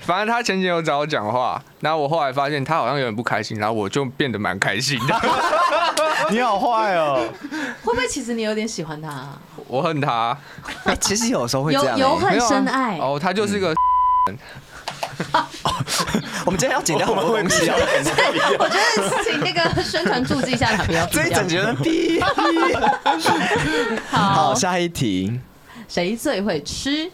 S4: 反正他前几天有找我讲话，然后我后来发现他好像有点不开心，然后我就变得蛮开心的。
S2: 你好坏哦，
S1: 会不会其实你有点喜欢他、啊？
S4: 我恨他，
S3: 哎其实有时候会这
S1: 有
S3: 样
S1: 有
S3: 欸。
S1: 很
S4: 没有啊
S1: 深爱，
S4: 哦，他就是个，
S3: 我们今天要剪掉很多东西啊，
S1: 我觉得请那个宣传注记一下，不要
S3: 这一整节 的逼。好，
S1: 好，
S3: 下一题。
S1: 谁最会吃？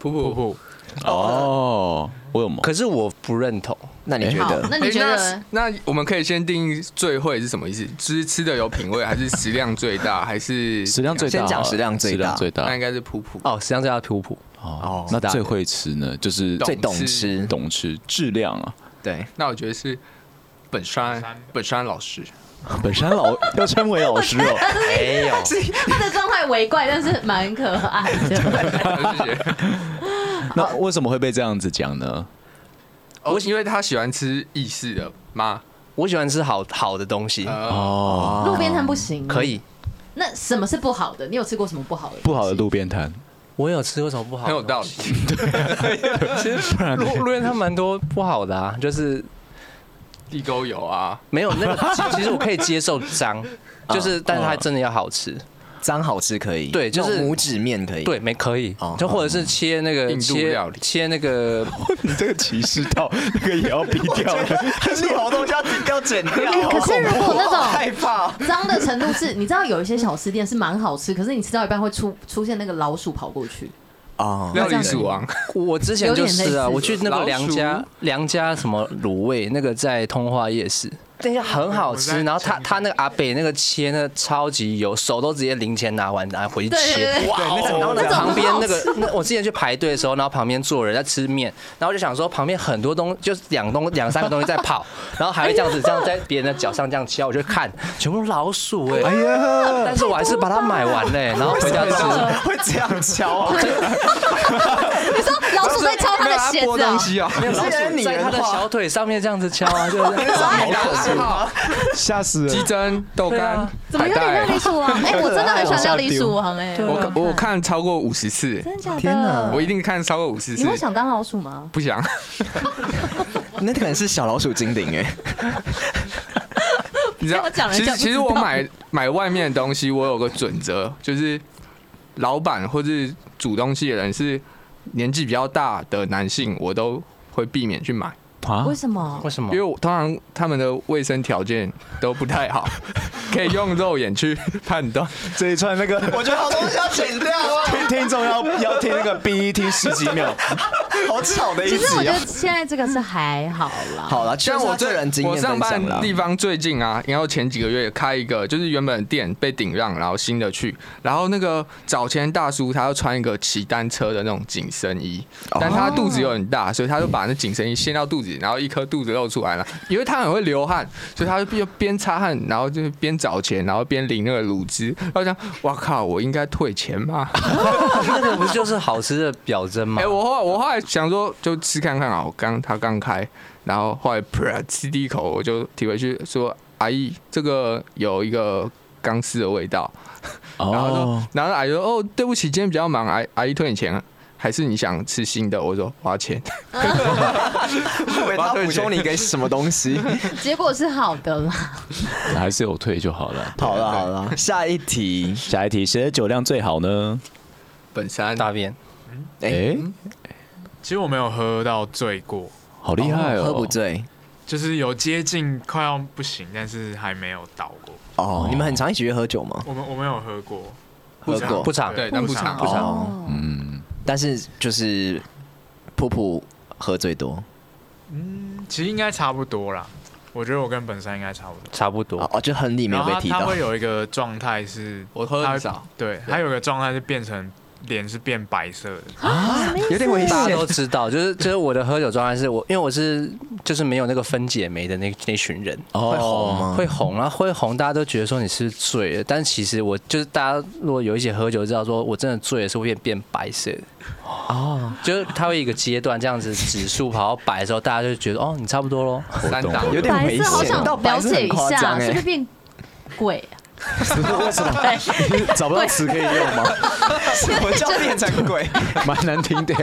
S4: 普普普。
S2: 哦，我有吗？
S5: 可是我不认同，
S3: 那你觉
S1: 好，
S3: 得
S1: 那你觉得
S4: 诶？哎那那我们可以先定义最会是什么意思？吃吃的有品味，还是食量最大，还是
S2: 食量最大好了，
S3: 先讲食量最大
S2: 食量最大
S4: 那应该是普普。
S5: 哦，实际上叫他普普，
S2: 哦。那最会吃呢，就是
S3: 最懂
S4: 懂事
S3: 吃？
S2: 懂吃，质量啊。
S3: 对，
S4: 那我觉得是本山本山老师，
S2: 本山 老要称为老师哦，
S5: 没有，
S1: 他的状态为怪，但是蛮可爱的。
S4: 我就觉得
S2: 那为什么会被这样子讲呢？
S4: 哦，因为他喜欢吃意式的吗？
S5: 我喜欢吃好好的东西，
S4: 呃，
S2: 哦，
S1: 路边摊不行，
S5: 可。以，
S1: 那什么是不好的？你有吃过什么不好的？
S2: 不 好的。路边 摊，
S5: 我有吃过什么不好？
S4: 很有道理。。
S5: 路路边摊蛮多不好的啊，就是
S4: 地沟油啊， 啊
S5: 没有那个，其其实我可以接受脏，就是但是它真的要好吃，
S3: 脏好吃可以，
S5: 对就是
S3: 那种拇指面可以，
S5: 对，没可以
S3: 哦，
S5: 就或者是切那个
S4: 印度
S5: 切
S4: 料理
S5: 切那个
S2: 你这个歧视到那个也要逼掉了。
S3: 你好东西要要剪掉哦。
S7: 可是如果那种
S3: 好害怕 哦，
S7: 脏的程度是，你知道有一些小吃店是蛮好吃，可是你吃到一半会出出现那个老鼠跑过去，
S3: 哦
S4: 料理鼠王，
S5: 我之前就
S7: 有
S5: 是
S7: 点类
S5: 啊，
S7: 似
S5: 我去那个梁
S4: 老
S5: 家梁家什么卤味，那个在通化夜市，那家很好
S6: 我
S5: 吃。
S6: 在
S5: 然后他
S6: 想
S5: 他那个阿北那个切那超级油，手都直接零钱拿完拿回去
S7: 对对
S5: 切。
S7: 对
S5: 哇！然后
S7: 那种
S5: 旁边
S7: 很好
S5: 那个那我之前去排队的时候，然后旁边坐人在吃面，然后我就想说旁边很多东就是两东两三个东西在跑，然后还会这样子这样在别人的脚上这样敲，我就看全部老鼠哎、
S2: 哎呀，
S5: 但是我还是把它买完嘞、然后回家吃。
S3: 会这样敲啊？
S7: 你说老鼠在敲他的鞋子啊？
S4: 西啊，
S5: 没有老
S3: 虽然
S5: 鼠
S3: 拟
S5: 在
S3: 人
S5: 他的
S3: 化
S5: 小腿上面这样子敲啊，就是这样
S2: 吓死
S4: 鸡
S2: 人！
S4: 胗、豆
S5: 对
S4: 干
S5: 啊、
S7: 怎么
S4: 海
S7: 有点料
S4: 带
S7: 理，鼠王？哎，我真的很喜欢料理鼠王哎，
S4: 我看我看超过五十次，
S7: 真的假的？
S3: 天哪
S4: 我一定看超过五十
S7: 你
S4: 次
S7: 会，想当老鼠吗？
S4: 不 想。
S3: 那可能是小老鼠精灵哎，
S4: 你知道
S7: 我讲，了
S4: 其
S7: 讲不
S4: 实其实
S7: 知道
S4: 我买买外面的东西，我有个准则，就是老板或是煮东西的人是年纪比较大的男性，我都会避免去买，
S2: 啊
S7: 为，什么？
S5: 为什么
S4: 因为？我通常他们的卫生条件都不太 好，可以用肉眼去判断。
S2: 这一串那个
S3: 我觉得好东 西要剪掉啊，
S2: 听听众要要听那个 B E T 十几秒，
S3: 好吵的一
S7: 其实我
S3: 集
S7: 觉
S3: 啊
S7: 得。现在这个是还好啦。
S3: 好了，
S4: 像我
S3: 这
S4: 最
S3: 人经验
S4: 我上
S3: 分
S4: 班
S3: 享
S4: 的
S3: 了
S4: 地。方最近啊，然后前几个月开一个，就是原本的店被顶让，然后新的去，然后那个早前大叔他要穿一个骑单车的那种紧身衣，
S3: 哦
S4: 但他肚子有很大，所以他就把那紧身衣掀到肚子，然后一颗肚子露出来了，因为他很会流汗，所以他就边边擦汗，然后就边找钱，然后边领那个乳汁，然后想，哇靠，我应该退钱吗？
S5: 那个不就是好吃的表征吗
S4: 哎、？我后来我后来想说，就吃看看啊。我刚他刚开，然后后来 啪吃第一口，我就提回去说：“阿姨，这个有一个钢丝的味道。”
S2: 哦
S4: 然后说，然后阿姨说：“哦，对不起，今天比较忙，阿阿姨退你钱，还是你想吃新的？”我说：“花钱。
S3: 以为 他补充你一个什么东西？
S7: 结果是好的啦。
S2: 还是有退就好了。
S3: 好了好了，下一题。
S2: 下一题，谁的酒量最好呢？”
S4: 本山
S5: 大便，
S2: 哎，
S6: 其实我没有喝到醉过，
S2: 好厉害哦！
S3: 哎喝不醉
S6: 就是有接近快要不行，但是还没有倒过。
S3: 哦。你们很常一起去喝酒吗？
S6: 我们我没有喝过，
S3: 喝过
S5: 不长，
S4: 对， 但不长
S6: 不
S4: 不
S6: 长
S4: 长。
S3: 哦，嗯，但是就是噗噗喝最多
S6: 其实应该差不多啦。我觉得我跟本山应该差不多。
S5: 差不多
S3: 哦。哦，就亨利没有
S6: 然后
S3: 被
S6: 他
S3: 提
S6: 他
S3: 到
S6: 会有一个状态是，
S4: 我喝
S6: 他
S4: 很
S6: 会
S4: 少，
S6: 对，他有一个状态是变成脸是变白色的，
S3: 有点 危
S5: 大家
S3: 险
S5: 都知道，就是就是我的喝酒状态是我，因为我是就是没有那个分解酶的那那群人，
S3: 会红吗？
S5: 哦会红，啊然后会红，大家都觉得说你是醉了，但其实我就是大家如果有一些喝酒知道说我真的醉了是会变变白色的，哦，就是它会有一个阶段这样子指数跑到白的时候，大家就觉得哦你差不多喽，
S4: 三档
S3: 有点
S7: 白
S3: 危
S7: 色好
S3: 险
S7: 想，
S3: 到
S7: 了
S3: 白色
S7: 解
S3: 很
S7: 一
S3: 夸
S7: 下，
S3: 张
S7: 是不是
S3: 哎。
S7: 变贵啊？
S2: 找不到词可以用吗？
S3: 什么叫变成鬼？
S2: 蛮难听的。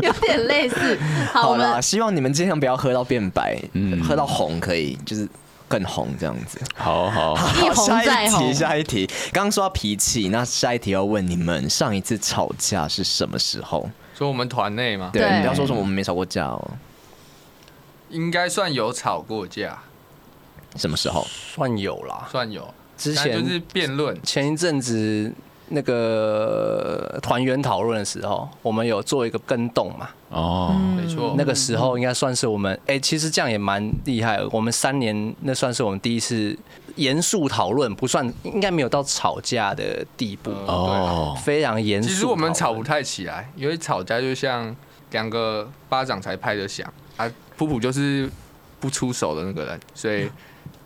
S7: 有点类 似。好，我
S3: 好
S7: 们
S3: 啦，希望你们尽量不要喝到变白，
S2: 嗯
S3: 喝到红可以，就是更红这样子。
S2: 好好，
S7: 一
S3: 好
S7: 红
S3: 下
S7: 再
S3: 一题，
S7: 红，
S3: 下一题。刚刚说到脾气，那下一题要问你们，上一次吵架是什么时候？
S4: 说我们团内嘛，
S3: 对，
S7: 对
S3: 你不要说什么我们没吵过架哦，
S4: 应该算有吵过架，
S3: 什么时候？
S5: 算有啦，
S4: 算有。
S5: 之
S4: 但就是
S5: 前
S4: 辩论，
S5: 前一阵子那个呃团员讨论的时候，我们有做一个跟动嘛，
S2: 哦，
S4: 没错。
S5: 那个时候应该算是我们，哎、其实这样也蛮厉害的。我们三年，那算是我们第一次严肃讨论，不算应该没有到吵架的地步，
S4: 呃对啊
S2: 哦，
S5: 非常严肃。
S4: 其实我们吵不，太起来，因为吵架就像两个巴掌才拍得响啊，普普就是不出手的那个人，所以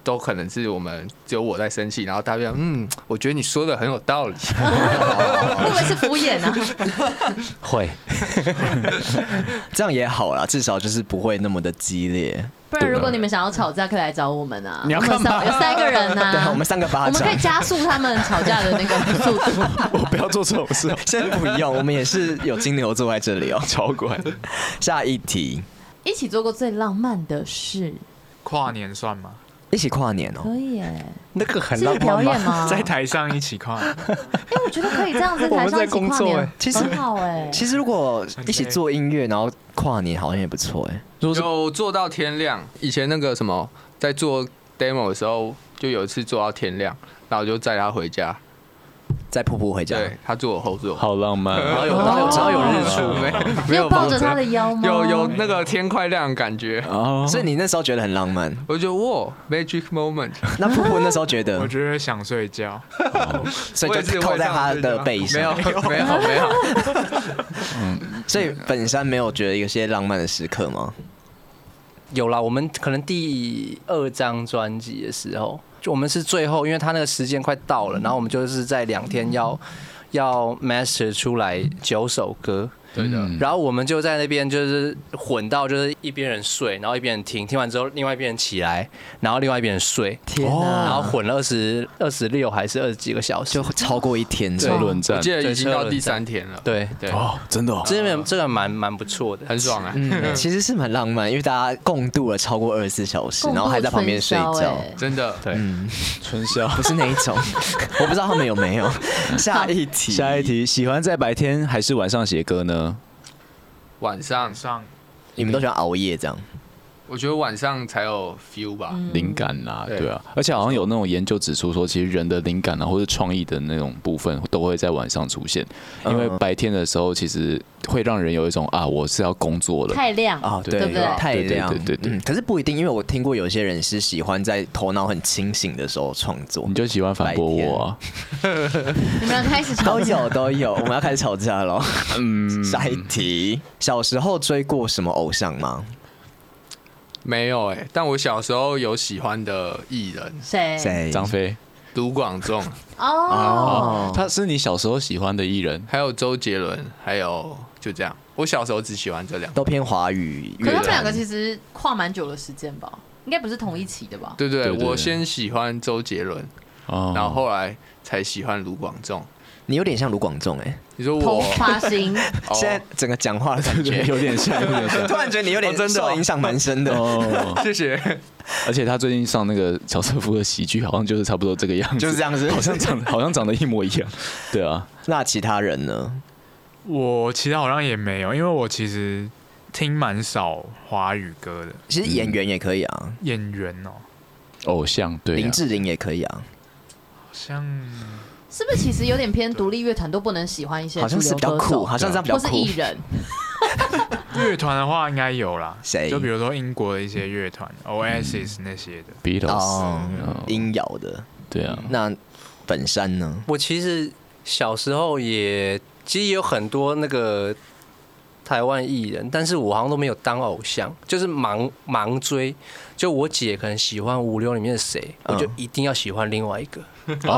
S4: 都可能是我们只有我在生气，然后大家嗯，我觉得你说的很有道理，
S7: 会不会是敷衍 啊？
S5: 会
S3: 这样也好啦，至少就是不会那么的激烈。
S7: 不然如果你们想要吵架，可以来找我们啊。
S2: 你要
S7: 我们
S2: 干嘛
S7: 三有三个人呐、
S3: 对，我们三个
S7: 我
S3: 巴
S7: 们可
S3: 掌
S7: 以，加速他们吵架的那个速度。
S2: 我不要做这种事，
S3: 先不用，我们也是有金牛座在这 里哦，超乖。下一题，
S7: 一起做过最浪漫的事，
S6: 跨年算吗？
S3: 一起跨年哦、
S7: 可以耶，
S5: 那个很
S7: 是
S5: 浪
S7: 表
S5: 漫
S7: 演
S5: 吗？
S7: 吗？
S6: 在台上一起跨年，
S7: 哎，我觉得可以这样子
S5: 我
S7: 台
S5: 们
S7: 上
S5: 在
S7: 一起
S5: 工
S7: 跨
S5: 作
S7: 年
S5: 哎，
S3: 欸其实
S7: 很好哎。
S3: 其实如果一起做音乐，然后跨年好像也不错哎、
S5: 如果是
S4: 有做到天亮。以前那个什么，在做 demo 的时候，就有一次做到天亮，然后我就载他回家，
S3: 再瀑布回家，
S4: 对他坐我后座，
S2: 好浪漫。啊
S4: 然后有
S5: 然后
S7: 哦
S5: 有然后有日出，
S4: 没没
S7: 你有
S4: 有
S7: 抱
S4: 房
S7: 着
S4: 子
S7: 他的腰吗？
S4: 有有那个天快亮的感觉，
S2: 哦，
S3: 所以你那时候觉得很浪漫。
S4: 我就觉得哇 magic moment，
S3: 那瀑布那时候觉
S6: 我
S3: 得，
S6: 觉得想睡觉。
S3: 所
S4: 我也
S3: 以
S4: 是
S3: 就扣在他的背
S4: 没有
S3: 上。
S4: 没有没有，
S3: 所以本山没有觉得有些浪漫的时刻吗？
S5: 有啦，我们可能第二张专辑的时候，就我们是最后，因为他那个时间快到
S3: 嗯
S5: 了，然后我们就是在两天要要 master 出来九首歌，
S4: 对的，
S3: 嗯
S5: 然后我们就在那边就是混到就是一边人睡，然后一边人听，听完之后另外一边人起来，然后另外一边人睡，
S3: 天
S5: 然后
S3: 哪，
S5: 混了二十二十六还是二十几个小时
S3: 就，超过一天，
S2: 车轮
S4: 我
S2: 战
S4: 记得已经到第三天了，
S5: 对，
S4: 对，
S2: 哦，真的哦，
S5: 这边这个蛮蛮不错的，
S4: 很爽啊，
S3: 嗯，其实是蛮浪漫，因为大家共度了超过二十四小时，
S7: 共
S3: 然后
S7: 度
S3: 还在旁边睡
S7: 春宵
S3: 觉，
S7: 哎
S4: 真的，
S2: 春宵。
S3: 不是那一 种，我不知道他们有没有。下一题，
S2: 下一，题，喜欢在白天还是晚上写歌呢？
S4: 晚上
S6: 晚上
S3: 你们都喜欢熬夜这样？
S4: 我觉得晚上才有 feel 吧，
S2: 灵感啦，
S4: 嗯对
S2: 对啊，而且好像有那种研究指出说，其实人的灵感啊，或者创意的那种部分，都会在晚上出现，因为
S3: 嗯
S2: 白天的时候，其实会让人有一种啊，我是要工作了，
S7: 太亮
S3: 哦，
S2: 对
S7: 对不对
S3: 太
S2: 对对
S3: 亮，
S2: 对对对
S3: 嗯可是不一定，因为我听过有些人是喜欢在头脑很清醒的时候创作
S2: 你，就喜欢反驳我啊，
S7: 你们开始吵
S3: 都
S7: 架，
S3: 有都有，我们要开始吵架了。嗯，下一题，小时候追过什么偶像吗？
S4: 没有哎，但我小时候有喜欢的艺人，
S7: 谁
S1: 哎
S3: 谁？
S2: 张飞，
S4: 卢广仲，
S7: 哦，
S3: 哦，
S2: 他是你小时候喜欢的艺人，
S4: 还有周杰伦，还有就这样，我小时候只喜欢这两个，
S3: 都偏华语
S1: 可
S3: 乐
S1: 是他
S3: 坛。
S1: 们两个其实跨蛮久的时间吧，应该不是同一期的吧？
S4: 对对
S2: 对对
S4: 对，
S2: 对
S4: 我先喜欢周杰伦，
S2: 哦
S4: 然后后来才喜欢卢广仲。
S3: 你有点像卢广仲哎，
S4: 你说
S7: 头
S4: 我
S7: 发 型，
S4: 哦
S3: 现在整个讲话的感觉
S2: 有点像，有点像
S3: 突然觉得你有点
S4: 哦真的哦
S3: 受影响蛮深的，
S2: 啊哦，
S4: 谢谢，
S2: 而且他最近上那个乔瑟夫的喜剧，好像就是差不多这个样子，
S3: 就是这样子。
S2: 好像长 好像长得一模一样，对啊，
S3: 那其他人呢？
S6: 我其实好像也没有，因为我其实听蛮少华语歌的。
S3: 其实演员也可以啊，
S6: 演员哦，
S2: 偶像嗯对啊
S3: 林，志玲也可以啊，
S6: 好像
S1: 是不是其实有点偏独立乐团都不能喜欢一些
S3: 好像是
S1: 主
S3: 比
S1: 流
S3: 较
S1: 歌
S3: 酷，
S1: 手
S3: 好像这样比较
S1: 或是
S3: 酷
S1: 艺。人，
S6: 乐团的话应该有啦，
S3: 谁嗯
S6: 就比如说英国的一些乐团，Oasis 那些的。
S2: Beatles，
S3: 哦，音摇的。
S2: 对啊，
S3: 那本山呢？
S5: 我其实小时候也其实也有很多那个台湾艺人，但是我好像都没有当偶像，就是盲盲追。就我姐可能喜欢五六里面的谁，我
S3: 嗯
S5: 就一定要喜欢另外一个，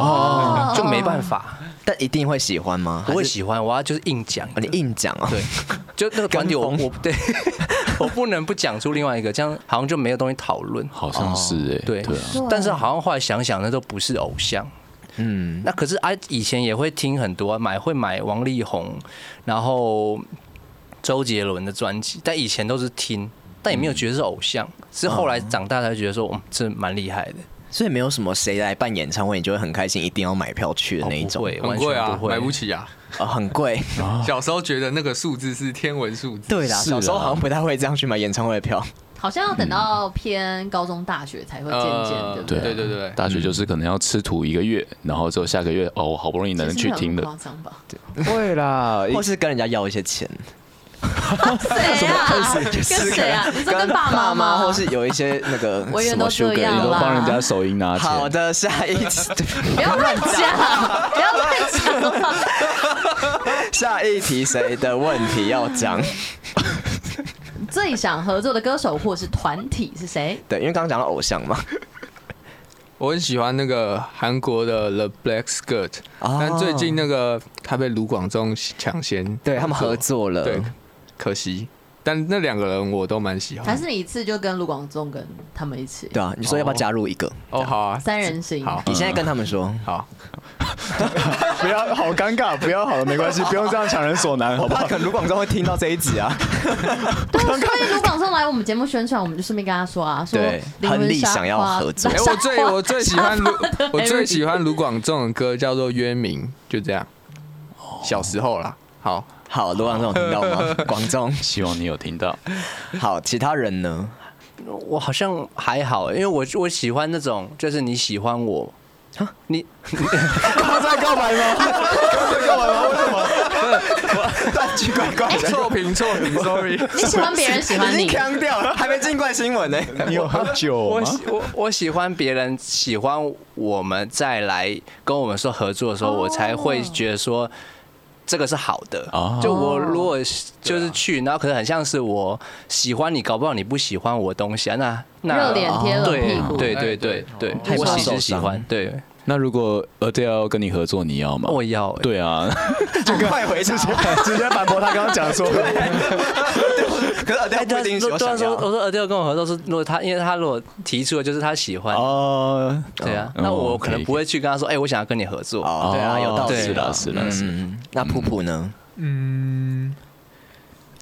S7: 哦
S5: 就没办法，
S3: 但一定会喜欢吗？
S5: 我会
S3: 还是
S5: 喜欢，我要就是硬讲一
S3: 哦
S5: 个，
S3: 你硬讲哦。
S5: 对，就那个团体我
S3: 跟风
S5: 我对， 我不能不讲出另外一个，这样好像就没有东西讨论。
S2: 好像是哎，
S5: 哦对
S2: 对啊，
S5: 但是好像后来想想，那都不是偶像。
S3: 嗯，
S5: 那可是啊，以前也会听很多，啊买会买王力宏，然后周杰伦的专辑，但以前都是听，但也没有觉得是偶像，是后来长大才觉得说，嗯，这蛮厉害的。
S3: 所以没有什么谁来办演唱会，你就会很开心，一定要买票去的那一
S5: 哦不
S3: 种。
S5: 会
S4: 很
S5: 完
S4: 贵啊
S5: 全，不会
S4: 买不起啊。
S3: 哦，很 贵。
S4: 小时候觉得那个数字是天文数字，
S3: 对啦，
S2: 是
S3: 小时候
S2: 啊
S3: 好像不太会这样去买演唱会的票。
S1: 好像要等到
S3: 嗯
S1: 偏高中大学才会渐渐，
S4: 呃
S1: 对不
S4: 对
S1: 对？
S4: 对对对，
S2: 大
S8: 嗯
S2: 学就是可能要吃土一个月，然后之后下个月哦，我好不容易能
S1: 其实
S2: 去
S1: 很
S2: 听
S1: 夸
S2: 了，
S1: 张吧？
S2: 会 啦
S3: 或是跟人家要呃哦一些钱，
S1: 谁啊？跟 谁啊？你说跟爸
S3: 妈，
S1: 妈吗？
S3: 或是有一些那个
S1: 我也
S3: 什么
S1: 都这
S3: sugar
S1: 样
S2: 你
S3: 的
S2: 都
S1: 啦
S2: 帮人家手淫拿
S3: 好
S2: 钱，
S3: 的，下一题，
S1: 不要乱讲，不要乱讲。
S3: 下一题谁的问题要 讲？
S1: 最想合作的歌手或是团体是谁？
S3: 对，因为刚刚讲到偶像嘛，
S4: 我很喜欢那个韩国的 The Black Skirt，
S3: 哦
S4: 但最近那个他被卢广仲抢先，
S3: 对他们合作了，
S4: 对，可惜但那两个人我都蛮喜欢。
S1: 还是你一次就跟卢广仲跟他们一起？
S3: 对啊，你说要不要加入一个？
S4: 哦，好啊，
S1: 三人行。
S4: 好
S3: 你现在跟他们说，
S4: 好，
S2: 不要，好尴尬，不要好了，没关系，不用这样强人所 难，好不
S3: 他
S2: 好？
S3: 可能卢广仲会听到这一集啊。
S7: 对啊，所以卢广仲来我们节目宣传，我们就顺便跟他说啊，说
S3: 对
S7: 灵魂
S3: 亨利
S7: 沙
S3: 想要
S7: 发
S3: 合作
S4: 哎、我最我最喜欢卢，我最喜欢卢广仲的歌叫做《渊明》，就这样。小时候啦，好，
S3: 好，卢广仲有听到吗？广仲，
S8: 希望你有听到。
S3: 好，其他人呢？
S5: 我好像还好，因为我我喜欢那种，就是你喜欢我，你
S2: 他在告白吗？他在告白吗？为什么？
S3: 乱奇怪怪
S4: 错评错评，sorry。
S1: 你喜欢别人喜 欢
S3: 已经
S1: 你，
S3: 腔掉了，还没进冠新闻呢。
S2: 你有喝酒
S5: 我
S2: 吗？
S5: 喜我我喜欢别人喜欢我们，再来跟我们说合作的时候，我才会觉得说这个是好的。
S2: 哦
S8: 啊
S5: 就我如果就是去，然后可是很像是我喜欢你，搞不好你不喜欢我的东西啊，那那
S7: 热脸贴冷屁股
S5: 对对对对
S3: 太
S5: 对，我
S3: 怕
S5: 喜
S3: 受
S5: 是喜
S3: 伤
S5: 欢，对，
S8: 那如果 Adele 要跟你合作，你要吗？
S5: 我要、欸，
S8: 对啊，
S3: 快回答。
S2: 直接反驳他刚刚讲说，
S3: 可是
S5: 哎，
S3: 他不一
S5: 对
S3: 定
S5: 啊，
S3: 有
S5: 如对啊，
S3: 想
S5: 说
S3: 要。
S5: 我说 Adele 跟我合作是，如果他因为他如果提出的就是他喜欢，
S8: 哦，
S5: 对啊，
S8: 嗯
S5: 那
S8: 哦
S5: 我
S8: ，OK，
S5: 可能不会去跟他说，哎，我想要跟你合作，
S3: 哦，对啊，有道理
S5: 对
S3: 啦
S8: 啦，是啦是啦
S3: 嗯，那普普呢？
S6: 嗯，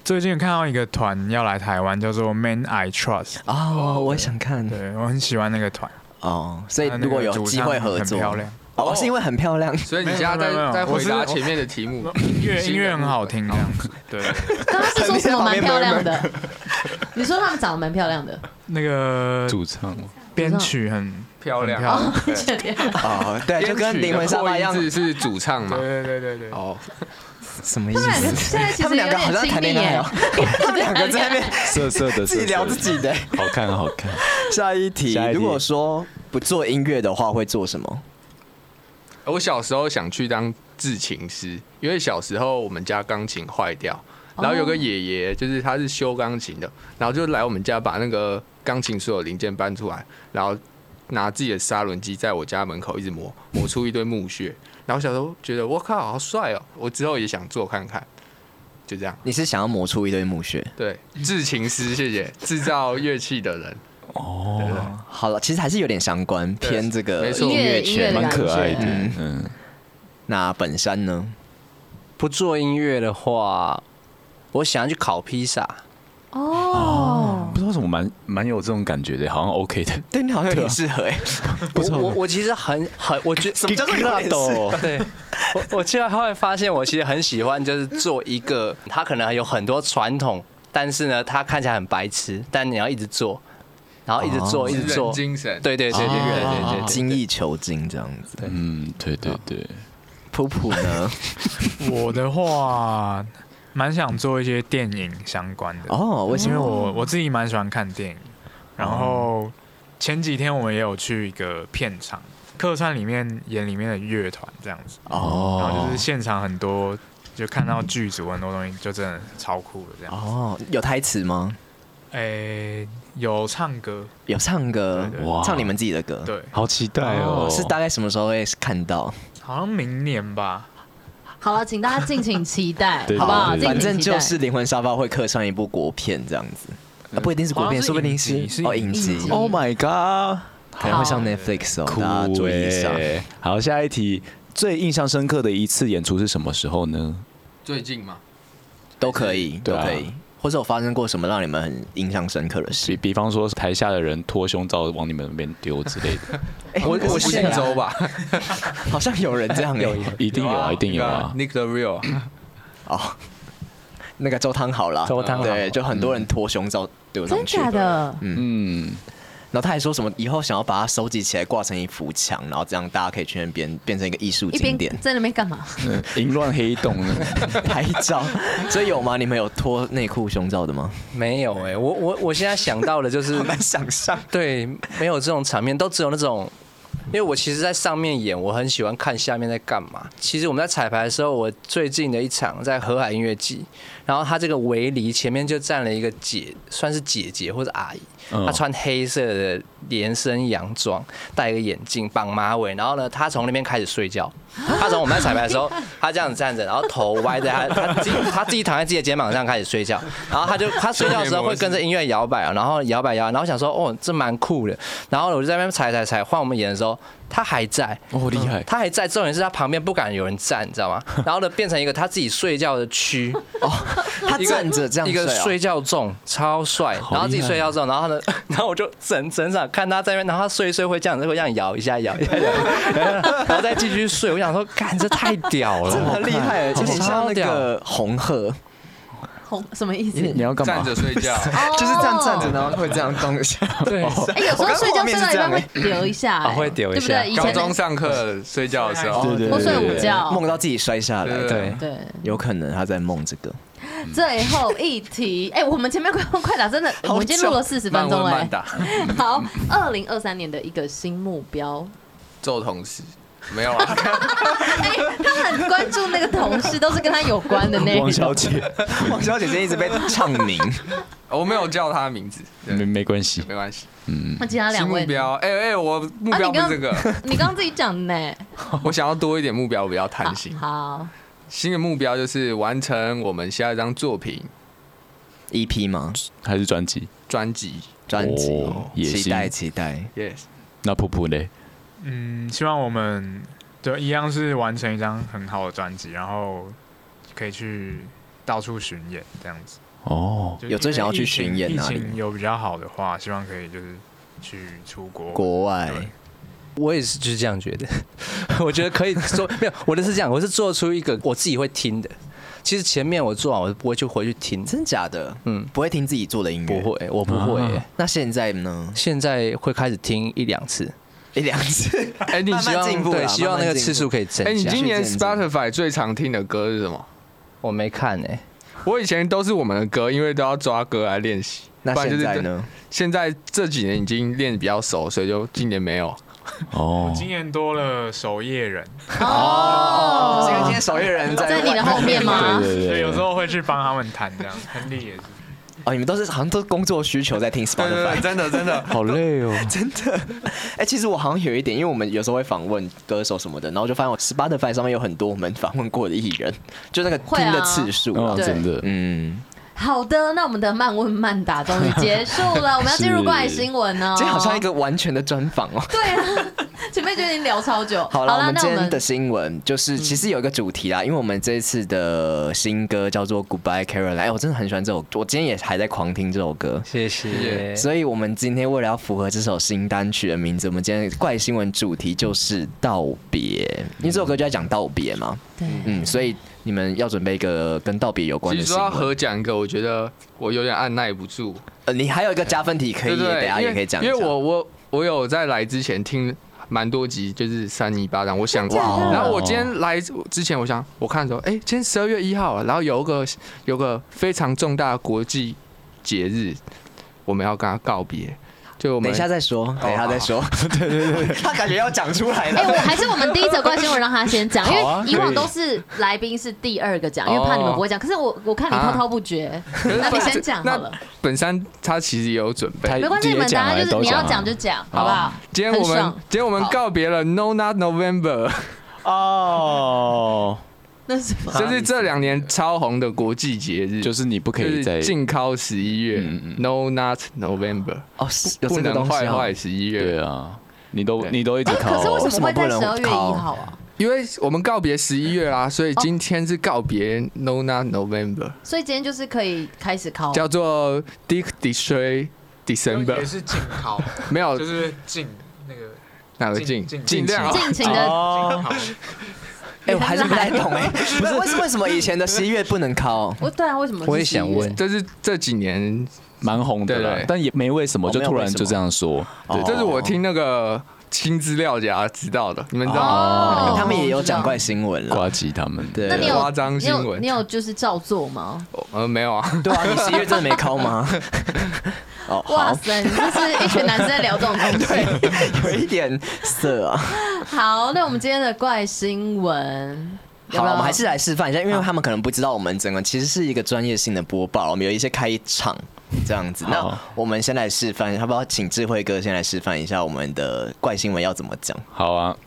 S6: 最近有看到一个团要来台湾，叫做 Man I Trust，
S3: 哦，我也想看。
S6: 对我很喜欢那个团。
S3: 哦，所以
S6: 他那个
S3: 如果有
S6: 主
S3: 机
S6: 唱
S3: 会合作，
S6: 很 漂亮。
S3: 哦，是因为很漂亮。
S4: 所以你现在
S6: 没有没有
S4: 在
S6: 没
S4: 在
S6: 有我
S4: 回
S6: 是
S4: 答前面的题目，
S6: 音乐音乐很好听，这样子。对，
S7: 刚刚是说什么蛮漂亮的？ 你说他们长得蛮漂亮的，
S6: 那个
S8: 主唱
S6: 编曲很
S4: 漂亮
S6: 很漂亮。
S4: 对
S3: 哦，对，就跟灵魂沙发一样
S4: 编曲的破。音字是主唱嘛。
S6: 对对对对对，
S4: 哦，
S3: 什么意
S7: 他们两个现在其
S3: 他
S7: 实
S3: 们
S7: 有
S3: 两个好
S7: 点
S3: 像
S7: 亲
S3: 谈
S7: 密
S3: 恋爱
S7: 耶
S3: 哦，，他们两个在那边
S8: 色色 的，
S3: 自己聊自
S8: 色
S3: 己的。
S8: 色的，好看好看。
S3: 下一题
S8: 下一题
S3: 如果说不做音乐的话，会做什么？
S4: 我小时候想去当制琴师，因为小时候我们家钢琴坏掉，然后有个爷爷就是他是修钢琴的，然后就来我们家把那个钢琴所有零件搬出来，然后拿自己的砂轮机在我家门口一直磨，磨出一堆木屑。然后小时候觉得我靠，好帅哦！我之后也想做看看，就这样。
S3: 你是想要磨出一堆墓穴？
S4: 对，制琴师，谢谢，制造乐器的人。哦，
S3: 好了，其实还是有点相关，
S4: 对
S3: 偏这个
S4: 没错
S3: 音乐
S7: 音乐音乐
S3: 圈
S7: 的。
S8: 蛮可爱的，
S3: 嗯
S8: 嗯，
S3: 那本山呢？
S5: 不做音乐的话，我想要去烤披萨。
S7: 哦
S8: 不知道为什么蛮蛮有这种感觉的，好像 OK 的。
S3: 对你好像很适合哎。
S5: 我我我其实很很，我觉
S3: 什么叫做有点适合？
S5: 对，我我其实后来发现，我其实很喜欢，就是做一个，它可能有很多传统，但是呢，它看起来很白痴，但你要一直做，然后一直做，一直做，
S4: 精神。
S5: 对对对对对
S4: 哦
S5: 对对对，
S3: 精益求精这样子。
S8: 嗯，对对对，
S3: 普普呢？
S6: 我的话蛮想做一些电影相关的，
S3: 哦，为什
S6: 因为
S3: 么？
S6: 我我自己蛮喜欢看电影。然后前几天我们也有去一个片场，客串里面演里面的乐团这样子，然后就
S3: 哦
S6: 是现场很多就看到剧组很多东西，就真的超酷的这样。
S3: 哦，有台词吗？
S6: 诶，有唱歌，
S3: 有唱歌
S6: 对对，
S8: 哇
S3: 唱你们自己的歌。
S6: 对，
S8: 好期待哦
S3: 哦，。是大概什么时候会看到？
S6: 好像明年吧，
S7: 好了，请大家敬请期待，
S8: 对
S7: 好不好？
S8: 对对
S7: 敬
S3: 反
S7: 请
S3: 正
S7: 期
S3: 就
S7: 待。
S3: 是灵魂沙发会客串一部国片这样子，啊不一定是国片，
S6: 好像是
S3: 说不定
S6: 影集
S3: 是
S6: 是
S3: 哦影
S6: 影
S3: 集，
S6: 集
S8: Oh my god！
S3: 可能会上 Netflix 哦，
S8: 酷
S3: 大家注意一下。
S8: 欸好，下一题，最印象深刻的一次演出是什么时候呢？
S4: 最近嘛，
S3: 都可以，
S8: 对
S3: 都
S8: 啊
S3: 可以。或者有发生过什么让你们很印象深刻的事？
S8: 比比方说台下的人脱胸罩往你们那边丢之类的，
S4: 我啊我
S3: 不
S4: 姓
S3: 信
S4: 周吧，
S3: 好像有人这样欸有
S8: 一定有啊，一定有啊。
S4: Nick the Real，
S3: 哦，那个周汤好了，
S5: 周汤好
S3: 对，就很多人脱胸罩丢上
S1: 真
S3: 去，
S1: 假的？
S8: 嗯，
S3: 然后他还说什么以后想要把它收集起来挂成一幅墙，然后这样大家可以去那边变成一个艺术
S7: 一
S3: 景
S7: 边
S3: 点
S7: 在那边干嘛？
S8: 淫乱黑洞呢？
S3: 拍照。 所以有吗？你们有脱内裤胸罩 的吗？
S5: 没有哎、我我我现在想到的就是
S3: 很难想象。
S5: 对，没有这种场面，都只有那种。因为我其实，在上面演，我很喜欢看下面在干嘛。其实我们在彩排的时候，我最近的一场在河海音乐季，然后他这个围篱前面就站了一个姐，算是姐姐或者阿姨，
S8: 嗯
S5: 她穿黑色的连身洋装，戴一个眼镜，绑马尾，然后呢，她从那边开始睡觉，他从我们在彩排的时候，他这样子站着，然后头歪在他他自己他自己躺在自己的肩膀上开始睡觉，然后他就他睡觉的时候会跟着音乐摇摆啊，然后摇摆摇摆，然后想说哦这蛮酷的，然后我就在那边踩踩踩，换我们演的时候。他还在，
S2: 哦，厉害！
S5: 他还在，重点是他旁边不敢有人站，你 知道吗？然后呢，变成一个他自己睡觉的区，
S3: 他哦站着这样
S5: 一个
S3: 哦
S5: 睡啊觉中超帅，然后自己睡觉中，然后呢， 然后我就整整场看他在那边，然后他睡一睡会这样子，会这样摇一下摇一下摇，然后再继续睡。我想说，干这太屌
S3: 真的
S5: 了，
S3: 很厉害，有
S5: 好看
S3: 点像那个红鹤，
S1: 红什么意思？
S2: 你要干
S4: 站
S2: 嘛？
S4: 着睡觉，
S1: 哦
S3: 就是这样站着，然后会这样动一下。
S5: 对，
S7: 哎，有时候睡觉睡到一半会
S3: 欸
S7: 流一下，哎
S5: 啊会流一
S7: 对不
S5: 下
S7: 对？以
S4: 高
S7: 前
S4: 中
S7: 的
S4: 上课睡觉的时候，
S2: 对对
S1: 多
S2: 对
S1: 睡
S2: 对
S1: 午
S2: 对，
S1: 觉。
S3: 梦到自己摔下来，
S4: 对
S5: 对
S1: 对，
S3: 有可能他在梦这个。
S1: 最后一题，哎、我们前面快问快答，真的，我们已经录了四十分
S4: 慢
S1: 钟
S4: 问
S1: 了、
S4: 慢
S1: 哎
S4: 打，
S1: 好，二零二三年的一个新目标，
S4: 揍同事，没有啊？
S1: 哎、他很关注那个同事，都是跟他有关的内容
S2: 王。小姐，
S3: 王小姐姐一直被唱 名，
S4: 我没有叫他名字，对
S8: 没没关系，
S4: 没关系。
S1: 那其他
S4: 新
S1: 两
S4: 目
S1: 位，啊
S4: 标，哎哎，我目标不是这 个，
S1: 你刚刚自己讲呢、
S4: 我想要多一点目标，我比较贪心。
S1: 好，
S4: 新的目标就是完成我们下一张作品
S3: EP E 吗？
S8: 还是专辑
S4: 专辑。
S3: 专辑
S8: 哦，野
S3: 期
S8: 心
S3: 待期待。
S4: Yes，
S8: 那噗噗嘞？
S6: 嗯，希望我们对一样是完成一张很好的专辑，然后可以去到处巡演这样子。
S8: 哦，
S6: 就
S3: 有最想要去
S6: 因为疫情
S3: 巡演
S6: 疫
S3: 哪里
S6: 情有比较好的话，希望可以就是去出国。
S3: 国外
S5: 我也是就是这样觉得， 我觉得可以做，没有我的是这样，我是做出一个我自己会听的。其实前面我做完，我不会去回去听，
S3: 真假的？
S5: 嗯
S3: 嗯，不会听自己做的音
S5: 不
S3: 乐，。
S5: 会，我不会、
S8: 啊
S3: 那现在呢？
S5: 现在会开始听一两次，
S3: 一两次，
S5: 哎， 你
S3: 慢
S5: 希
S3: 慢
S5: 望
S3: 进步啦
S5: 对，希望那
S3: 慢
S5: 个
S3: 慢进步
S5: 次数可以增
S4: 哎，你
S5: 加。
S4: 今年
S3: 是这样
S4: Spotify 最常听的歌是什么？
S5: 我没看哎，
S4: 我以前都是我们的歌，因为都要抓歌来练习。
S3: 那
S4: 不然就
S3: 现
S4: 是
S3: 在？哎呢？
S4: 现在这几年已经练得比较熟，所以就今年没有。
S8: 哦，
S6: 今年多了守夜人，
S3: 哦，今天今天守夜人在
S1: 在你的后面吗？
S8: 对
S6: 所以
S8: 对
S6: 有时
S8: 对，
S6: 候会去帮他们弹这样。亨利也是，
S3: 哦，你们都是好像都是工作需求在听
S4: 对对
S3: Spotify
S4: 对，。真的 真的。
S8: 好累哦，
S3: 真的，哎、其实我好像有一点，因为我们有时候会访问歌手什么的，然后就发现我 Spotify 上面有很多我们访问过的艺人，就那个
S1: 会
S3: 听
S1: 啊
S3: 的次数啊
S8: 哦，
S1: 对
S8: 真的，
S3: 嗯，
S1: 好的，那我们的慢问慢答终于结束了，我们要进入怪新闻哦。
S3: 这好像一个完全的专访哦。
S1: 对啊，前面就已经聊超久。
S3: 好了，
S1: 啦
S3: 我们
S1: 那
S3: 今
S1: 我
S3: 天
S1: 们嗯
S3: 的新闻就是，其实有一个主题啦，因为我们这一次的新歌叫做《Goodbye Caroline》，哎，我真的很喜欢这首，我今天也还在狂听这首歌。
S5: 谢谢。
S3: 所以，我们今天为了要符合这首新单曲的名字，我们今天的怪新闻主题就是道别，因为这首歌就在讲道别嘛。
S1: 对
S3: 嗯，所以你们要准备一个跟道别有关
S4: 其
S3: 的
S4: 实
S3: 新
S4: 说要
S3: 闻。
S4: 合讲一个，我觉得我有点按耐不住，
S3: 呃，你还有一个加分题可以，
S4: 对不
S3: 等
S4: 对
S3: 一？下
S4: 因
S3: 哎也
S4: 为
S3: 可以讲一
S4: 因
S3: 下。
S4: 为我我我有在来之前听蛮多集，就是三一巴掌，我想哇
S8: 的，
S4: 然后我今天来之前，我想我看的时候，哎，今天十二月一号啊，然后有一个有个非常重大的国际节日，我们要跟他告别，就我
S3: 等
S4: 们
S3: 一下再 说，等一下再说。 对对对对，他感觉要讲出来
S7: 哎，我
S3: 了。
S7: 还是我们第一则关心，我让他先讲，因
S8: 好啊
S7: 为以
S8: 可
S7: 往
S8: 以
S7: 都是来宾是第二个讲，因为怕你们不会讲。可是我我看你滔滔不绝，
S4: 可是
S7: 那你
S4: 本
S7: 先讲好了，
S4: 本山他其实也有准备
S8: 他，
S7: 没关系，你
S8: 自己
S7: 们
S8: 也
S7: 大家
S8: 啊
S7: 就是
S8: 都
S7: 你要
S8: 啊
S7: 讲就讲，好不好？
S4: 今天我
S7: 很
S4: 们
S7: 爽
S4: 今天我们
S7: 好
S4: 告别了 No Not November，
S8: 哦，
S1: 那是什么？
S4: 就是这两年超红的国际节日，
S8: 就是你不可以再
S4: 就是禁靠十一月
S8: 嗯嗯
S4: ，No Not November，
S3: 哦，是有
S4: 不
S3: 这个
S4: 能
S6: 啊
S3: 东西
S4: 坏
S3: 哦
S4: 坏。十一
S8: 对
S4: 月，
S8: 啊，你都
S4: 对
S8: 你都一
S2: 哎
S7: 啊
S8: 直考
S1: 可是为
S3: 为
S1: 什
S3: 什么
S1: 么会
S3: 不
S1: 在
S3: 能
S1: 十二月一
S3: 考
S1: 号啊？
S4: 因为我们告别十一月
S6: 哦
S4: 啦，所以今天是告别 No Not November，
S1: 所以今天就是可以开始 考。
S4: 叫做 Dick Destroy
S6: 哦也
S4: December，
S6: 是禁考，
S4: 没有
S6: 就是禁那个
S4: 哪个禁
S6: 禁
S4: 尽量
S7: 尽情
S3: 啊
S7: 的，
S6: 禁考。
S3: 哎，我还是不 太懂哎， 不是为什为什么以前的十一月不能考？
S1: 我对啊，为什么？
S5: 我也想问，，
S4: 这是这几年，
S8: 蛮红的
S4: 对
S8: 啦
S4: 对，
S8: 但也没为什么，
S3: 哦
S8: 就
S3: 没有
S8: 突
S3: 为
S8: 然
S3: 什么
S8: 就这样说，
S4: 对，这是我听那个新资料夹知道的，你们知道吗？
S1: 哦
S3: 他们也有讲怪新闻了。
S8: 瓜吉他们
S3: 对，啊
S1: 那你有
S4: 夸张
S1: 你
S4: 新
S1: 有
S4: 闻
S1: 你有就是照做吗？
S4: 呃，没有啊，
S3: 对啊，你十一月真的没考吗？ 哦，好，
S1: 哇
S3: 啊
S1: 塞，你就是一群男生在聊这种东西。
S3: 有一点色啊。
S1: 好，那我们今天的怪新闻，
S3: 好
S1: 要
S3: 了，
S1: 不要
S3: 我们还是来示范一下，因为他们可能不知道我们整个其实是一个专业性的播报，我们有一些开场这样子。那我们先来示范，要不要请智慧哥先
S2: 啊
S3: 来示范一下我们的怪新闻要怎么讲？
S8: 好啊。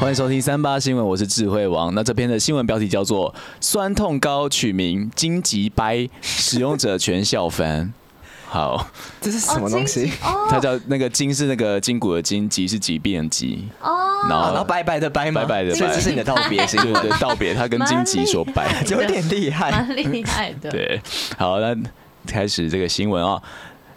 S2: 欢迎收听三八新闻，我是智慧王。那这篇的新闻标题叫做“酸痛膏取名荆棘掰，使用者全笑 翻”。好，
S3: 哦这是什么东
S1: 哦
S3: 西？
S2: 它叫那个荆是那个筋骨的筋，棘是疾病的棘，
S7: 哦，
S2: 然
S3: 啊，然后
S2: 后
S3: 拜拜的拜吗？
S2: 拜拜的
S3: 所以
S2: 拜
S3: 这是你的道别 新
S2: 对
S3: 闻，
S2: 对对道别，它跟荆棘说 拜。
S3: 有点厉害。
S1: 蛮厉害的。
S2: 对，好，那开始这个新闻啊、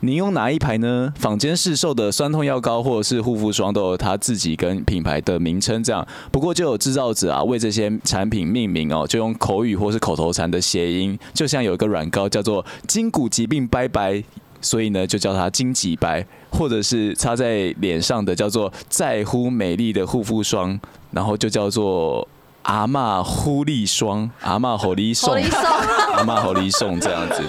S2: 您用哪一排呢？坊间市售的酸痛药膏或者是护肤霜都有它自己跟品牌的名称这样，不过就有制造者啊为这些产品命名哦，就用口语或是口头禅的谐音，就像有一个软膏叫做筋骨疾病拜拜，所以呢就叫它筋脊白，或者是擦在脸上的叫做在乎美丽的护肤霜，然后就叫做阿嬷呼力霜，阿嬷吼力
S1: 我
S2: 送
S1: 的一。送，
S2: 阿妈猴狸送这样子。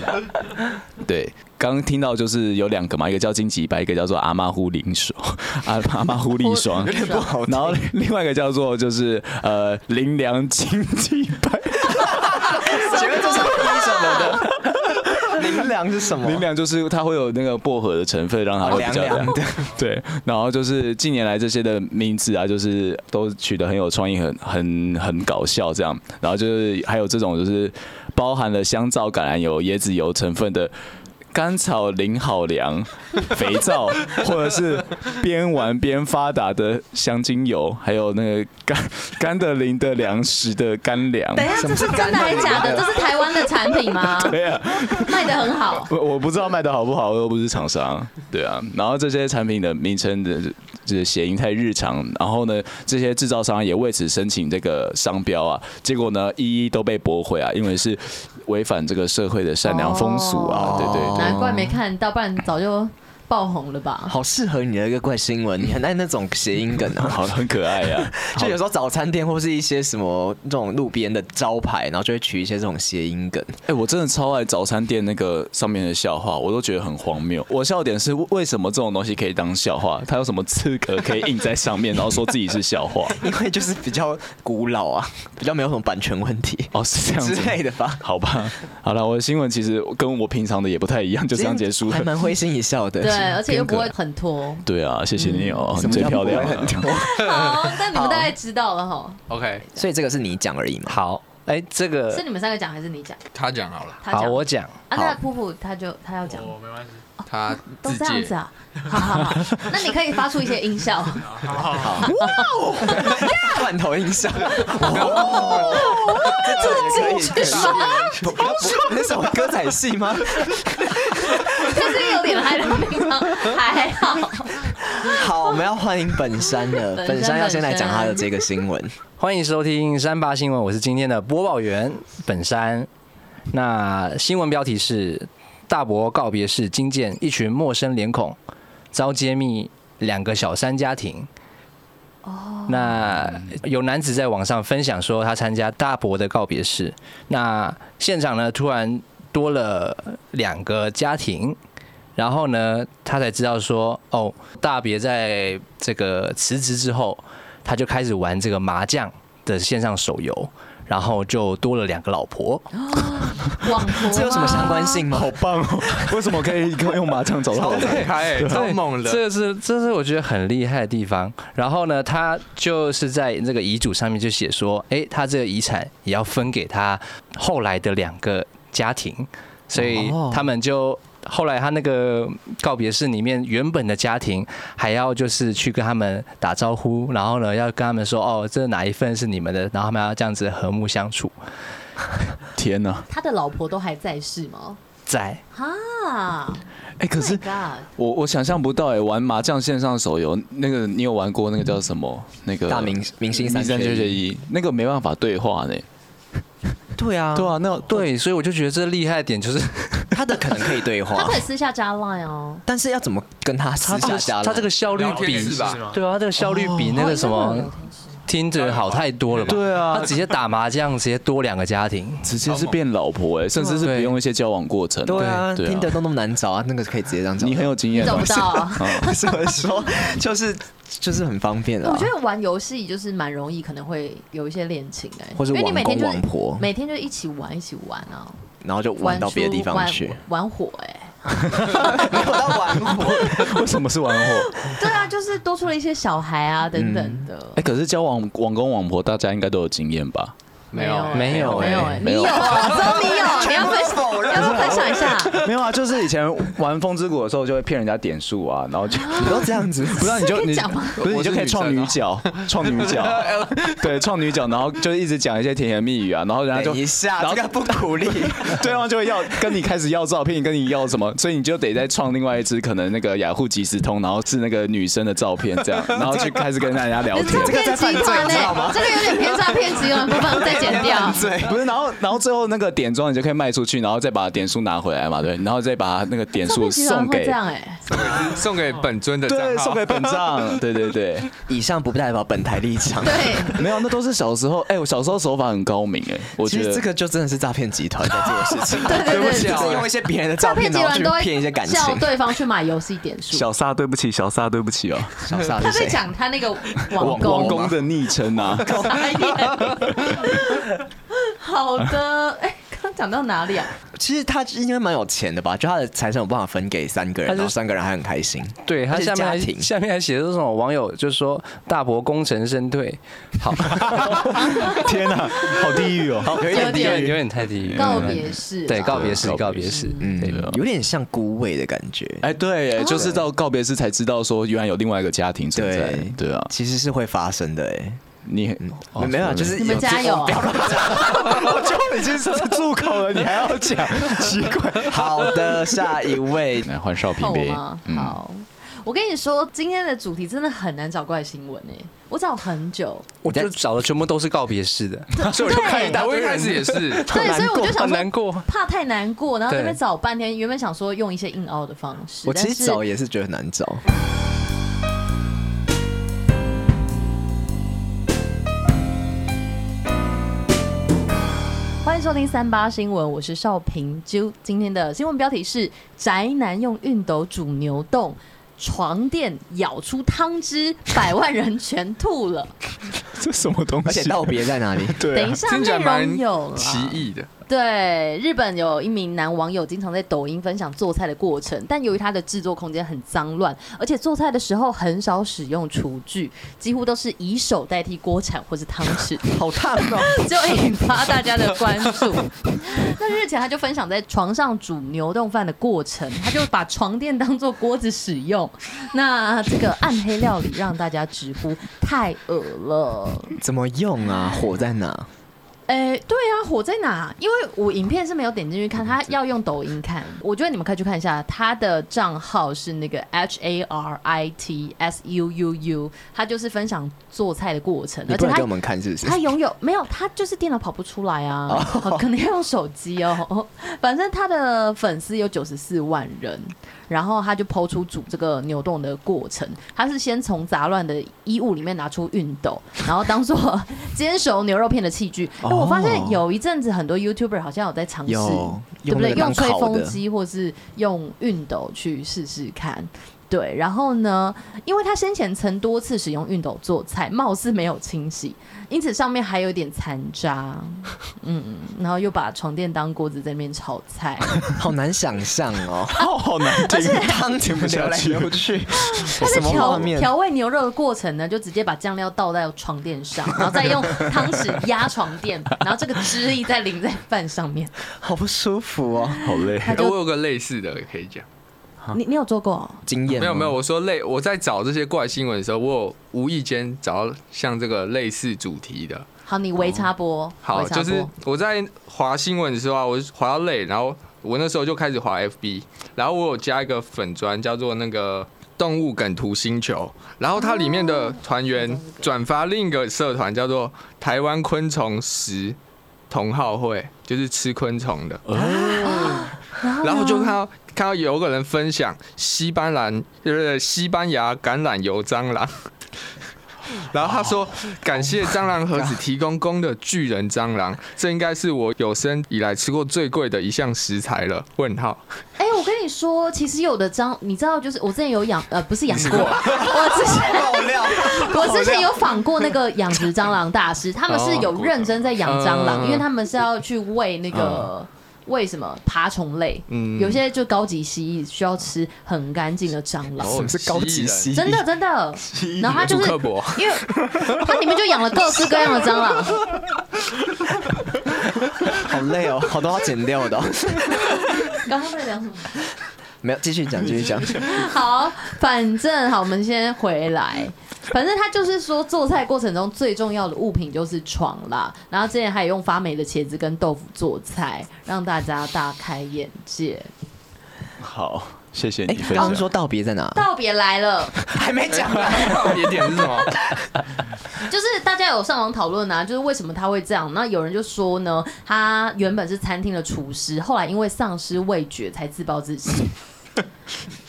S2: 对，刚刚听到就是有两个嘛，一个叫荆棘白，一个叫做阿妈狐狸霜， 阿阿妈狐狸霜，
S3: 有点不好听
S2: 然后另外一个叫做就是呃林良荆棘白，
S3: 请问这是医什么的？林良是什么？
S2: 林良就是它会有那个薄荷的成分，让它会比较
S3: 哦哦凉凉的。
S2: 对，然后就是近年来这些的名字啊，就是都取得很有创意，很很很搞笑这样。然后就是还有这种就是包含了香皂、橄榄油、椰子油成分的。甘草零好 凉、肥皂，或者是边玩边发达的香精油，还有那个甘甘的零的粮食的干粮。
S1: 等一下，这是真的还是假的？这是台湾的产品 吗？
S2: 对啊，
S1: 卖的很好。
S2: 我我不知道卖的好不好，我又不是厂商，对啊。然后这些产品的名称的就是谐音太日常，然后呢，这些制造商也为此申请这个商标啊，结果呢，一一都被驳回啊，因为是违反这个社会的善良风俗啊，
S3: 哦
S2: 对对对。
S1: 难怪没看到，不然早就爆红了吧？
S3: 好适合你的一个怪新闻，你很爱那种谐音梗啊。
S2: 好，很可爱呀、
S3: 就有时候早餐店或是一些什么那种路边的招牌，然后就会取一些这种谐音 梗。
S2: 哎、我真的超爱早餐店那个上面的笑话，我都觉得很荒谬。我笑点是为什么这种东西可以当笑话？它有什么资格可以印在上面，然后说自己是笑话？
S3: 因为就是比较古老啊，比较没有什么版权问题
S2: 哦，是这样
S3: 之
S2: 子
S3: 类的吧。
S2: 好吧，好了，我的新闻其实跟我平常的也不太一样，就这样结束
S3: 还
S2: 了。
S3: 蛮会心一笑的。
S1: 对，而且又不会很 拖。
S2: 对啊，谢谢你哦，
S3: 嗯什
S2: 你
S3: 么
S2: 最
S3: 叫
S2: 漂
S3: 不会
S2: 亮
S3: 很
S2: 了。
S3: 多，
S1: 好，但你们大概知道了哈。
S4: OK，
S3: 所以这个是你讲而已嘛。
S5: 好，哎、这个
S1: 是你们三个讲还是你讲？
S4: 他讲好了，
S1: 他
S5: 好，
S1: 讲。
S5: 我讲。
S1: 啊，那噗噗他就他要讲，
S6: 我没关系。
S4: 他
S1: 都
S4: 自
S1: 这样子
S4: 介。
S1: 啊。好好好，那你可以发出一些音效。
S3: 罐头音 效，
S2: 哦
S1: 这是进去吗？
S3: 不不不 那什么歌仔戏吗？
S1: 就是有点嗨，但平常还好。
S3: 好，我们要欢迎本山了。
S1: 本山
S3: 本山要先来讲他的这个新闻。
S5: 欢迎收听三八新闻，我是今天的播报员本山。那新闻标题是：大伯告别式惊见一群陌生脸孔，遭揭秘两个小三家庭。哦，那有男子在网上分享说他参加大伯的告别式，那现场呢突然多了两个家庭，然后呢他才知道说哦，大别在这个辞职之后，他就开始玩这个麻将的线上手游，然后就多了两个老婆。
S1: 网啊婆
S3: 这有什么相关性吗？
S2: 好棒哦！为什么可以用麻将找到我？
S4: 开欸超猛的，
S5: 这是这是我觉得很厉害的地方。然后呢，他就是在这个遗嘱上面就写说，诶，他这个遗产也要分给他后来的两个家庭，所以他们就。后来他那个告别式里面，原本的家庭还要就是去跟他们打招呼，然后呢要跟他们说哦，这哪一份是你们的，然后他们要这样子和睦相处。
S2: 天哪！
S1: 他的老婆都还在世吗？
S5: 在
S1: 哈，
S2: 哎，可是
S1: Oh my God，
S2: 我我想象不到哎，玩麻将线上手游那个，你有玩过那个叫什么？那个
S3: 大明明星三缺一
S2: 缺一，那个没办法对话呢。
S3: 对啊
S2: 对啊，那
S5: 对，所以我就觉得这厉害的点就是
S3: 他的可能可以对
S1: 他
S3: 话
S1: 可，以私下加 line 哦。
S3: 但是要怎么跟他私 下加了？
S5: 哦他这个效率
S4: 聊天
S5: 比
S4: 室
S6: 是
S4: 吧，
S6: 吗
S5: 对啊，这个效率比那个什
S1: 哦
S5: 么听着好太多了吧？
S2: 对啊
S5: 他直接打麻将，直接多两个家庭。
S2: 直接是变老婆哎，甚至是不用一些交往过程。
S3: 对啊，
S2: 对
S3: 听得都那么难找啊，那个可以直接这样找。
S2: 你很有经验
S1: 你
S2: 吧，
S1: 找不到啊
S2: 嗯
S3: 不是我说，就是就是很方便啊。
S1: 我觉得玩游戏就是蛮容易，可能会有一些恋情哎、
S3: 或是
S1: 因为你每天就
S3: 网
S1: 是
S3: 公网婆
S1: 每天就一起玩一起玩啊，
S3: 然后就
S1: 玩
S3: 玩到欸
S1: 出
S3: 别的地方去。
S1: 玩玩火哎、
S3: 没有到 玩火。
S2: 为什么是玩火？
S1: 对啊，就是多出了一些小孩啊等等的。
S4: 嗯
S2: 哎、可是交往网公网婆，大家应该都有经验吧？
S4: 没有
S1: 欸
S5: 没有
S1: 没有
S5: 欸
S1: 哎，你
S2: 没有
S1: 有啊？只有你有，你
S3: 全
S1: 要
S3: 部
S1: 分
S3: 都
S1: 享，
S3: 否认
S1: 要不要分享一下？
S2: 没有啊，就是以前玩风之谷的时候，就会骗人家点数啊，然后就都这样子，不然你就
S1: 可以
S2: 你
S1: 讲吗
S2: 不是你就可以创女角，创女角，对，创女角，然后就一直讲一些甜言蜜语啊，然后人家就
S3: 等 一下，
S2: 然后
S3: 这个不鼓励。
S2: 对方就会要跟你开始要照片，跟你要什么，所以你就得再创另外一只可能那个雅虎即时通，然后是那个女生的照片这样，然后去开始跟大家聊
S1: 你
S2: 天
S1: 诈。 骗集团
S3: 知道
S1: 呢？欸这个有点偏诈骗集团，不妨再剪 掉。
S3: 对，
S2: 不是，然后然后最后那个点装你就可以卖出去，然后再把点数拿回来嘛，对，然后再把那个点
S1: 诈
S2: 数
S1: 骗集团
S2: 送
S1: 会
S2: 给
S1: 这样
S3: 欸
S1: 哎，
S4: 送给本尊的账号，
S2: 对，送给本账，对对对，
S3: 以上不代表本台立场。
S1: 对，
S2: 没有，那都是小时候，哎、我小时候手法很高明、哎，我
S3: 其
S2: 觉
S3: 实
S2: 得
S3: 这个就真的是诈骗集团在做的事情。
S1: 对 对对
S3: 不起啊
S1: 对
S3: 就是用一些别人的
S1: 诈
S3: 照片
S1: 骗集
S3: 然后
S1: 团
S3: 去
S1: 都会
S3: 骗一些感情。
S1: 叫对方去买游戏点数。
S2: 小撒对不起，小撒对不起哦，
S3: 小撒
S1: 他
S3: 是
S1: 在
S3: 谁？
S1: 讲他那个网
S2: 王王
S1: 工，
S2: 公的昵称啊，
S1: 好的，哎，刚讲到哪里啊？
S3: 其实他应该蛮有钱的吧？就他的财产有办法分给三个人，
S5: 他是
S3: 然后三个人还很开心。
S5: 对他
S3: 而且
S5: 下面还
S3: 家庭
S5: 下面还写的是什么？网友就说大伯功成身 退，好，
S2: 天哪、好地狱哦，
S3: 好，有一点
S1: 点低
S3: 低
S1: 有
S5: 有
S1: 点
S3: 于，
S5: 点太低，
S1: 告别式，
S5: 对告别式
S2: 对
S5: 告别式，
S3: 嗯
S5: 对，
S3: 有点像孤味的感觉。
S2: 哎、对、哎就是到告别式才知道说，原来有另外一个家庭存在
S3: 对，
S2: 对嗯啊，
S3: 其实是会发生的 哎、
S2: 你哦
S3: 欸，没有啊，就是
S1: 你们加油
S3: 我不要乱
S2: 我就已经是住口了，你还要 讲，奇怪。
S3: 讲好的，下一位
S2: 来换少平嗯
S1: 痛
S2: 呗，
S1: 吗？好，我跟你说，今天的主题真的很难找怪新闻哎，我找很久，
S5: 我就找的全部都是告别式的， 所以我就看一大
S4: 我
S5: 堆
S4: 一开
S5: 人
S4: 始也是，
S1: 对，所以我就想说
S5: 很难过。
S1: 怕太难过，然后
S5: 对
S1: 这边找半天，原本想说用一些硬凹的方式，
S3: 我其
S1: 但
S3: 实
S1: 是
S3: 找也是觉得难 找，
S1: 欢迎收听三八新闻，我是邵平啾。今天的新闻标题是：宅男用熨斗煮牛冻，床垫舀出汤汁，百万人全吐了。
S2: 这什么东
S3: 而且
S2: 西？
S3: 道别在哪里？
S2: 对
S1: 等
S2: 啊
S1: 一，下，
S4: 听起来
S1: 内容
S4: 蛮
S1: 有了。
S4: 奇异的。
S1: 对，日本有一名男网友经常在抖音分享做菜的过程，但由于他的制作空间很脏乱，而且做菜的时候很少使用厨具，几乎都是以手代替锅铲或是汤匙，
S3: 好烫哦！
S1: 就引发大家的关注。那日前他就分享在床上煮牛冻饭的过程，他就把床垫当做锅子使用。那这个暗黑料理让大家直呼太恶了。
S3: 怎么用啊？火在哪？
S1: 哎、对啊，火在哪？因为我影片是没有点进去看，他要用抖音看。我觉得你们可以去看一下，他的账号是那个 H A R I T S U U U，他就是分享做菜的过程，
S3: 你
S1: 而
S3: 不
S1: 且
S3: 能
S1: 他
S3: 给我们看是不是？哦
S1: 他拥有没有？他就是电脑跑不出来啊， 可能要用手机哦。 反正他的粉丝有九十四万人，然后他就抛出煮这个牛冻的过程。他是先从杂乱的衣物里面拿出熨 斗，然后当做煎熟牛肉片的器具。哎、我发现有一阵子很多 YouTuber 好像有在尝试，
S3: 哦有
S1: 对不对？
S3: 那个
S1: 用
S3: 当
S1: 吹
S3: 烤
S1: 风
S3: 的，
S1: 机或是用熨斗去试试看。对，然后呢，因为他先前曾多次使用熨斗做菜，貌似没有清洗，因此上面还有点残 渣。嗯，然后又把床垫当锅子在那边炒 菜，
S3: 好难想象 哦。
S2: 好好难听，
S3: 汤停不
S2: 下去
S3: 流去，
S1: 他在
S3: 什么画
S1: 调
S3: 面？
S1: 调味牛肉的过程呢，就直接把酱料倒到床 垫上，然后再用汤匙压床垫，然后这个汁液再淋在饭 上面。
S3: 好不舒服哦。
S2: 好累。
S1: 他
S4: 哎我
S1: 就
S4: 有个类似的可以讲，
S1: 你你有做过哦、
S3: 经验
S4: 没有没有，
S3: 吗，
S4: 我说类，我在找这些怪新闻的时候，我有无意间找到像这个类似主题的，
S1: 好，你微插播，
S4: 好，
S1: 微插
S4: 就
S1: 播
S4: 是我在滑新闻的时候啊，我就滑到累，然后我那时候就开始滑 FB，然后我有加一个粉砖叫做那个动物梗图星球，然后它里面的团员转发另一个社团叫做台湾昆虫食同好会，就是吃昆虫的，啊哦然后就看到。看到有个人分享西班牙，就是西班牙橄榄油蟑螂，然后他说：“感谢蟑螂盒子提供供的巨人蟑螂，这应该是我有生以来吃过最贵的一项食材了。”问号，
S1: 哎、我跟你说，其实有的蟑，你知道，就是我之前有养，呃，不是养过， 我之前
S3: 爆料。
S1: 我之前有访过那个养殖蟑螂大师，他们是有认真在养蟑螂，
S4: 嗯
S1: 因为他们是要去喂那个。喂什么爬虫类，
S4: 嗯
S1: 有些就高级蜥蜴需要吃很干净的蟑螂。
S4: 哦
S3: 什么是高级蜥蜴？
S1: 真的真的，然后它就是
S4: 刻薄，
S1: 因为 它里面就养了各式各样的蟑螂，
S3: 好累哦，好多要剪掉的哦。
S1: 刚刚在聊什么？
S3: 没有，继续讲，继续讲。
S1: 好，反正好，我们先回来。反正他就是说，做菜过程中最重要的物品就是床啦。然后之前还有用发霉的茄子跟豆腐做菜，让大家大开眼界。
S2: 好，谢谢你，
S3: 哎刚
S2: 分享
S3: 刚。说道别在哪？
S1: 道别来了，
S3: 还没讲啊完。
S4: 别点是什么？
S1: 就是大家有上网讨论啊，就是为什么他会这样？那有人就说呢，他原本是餐厅的厨师，后来因为丧失味觉才自暴自弃。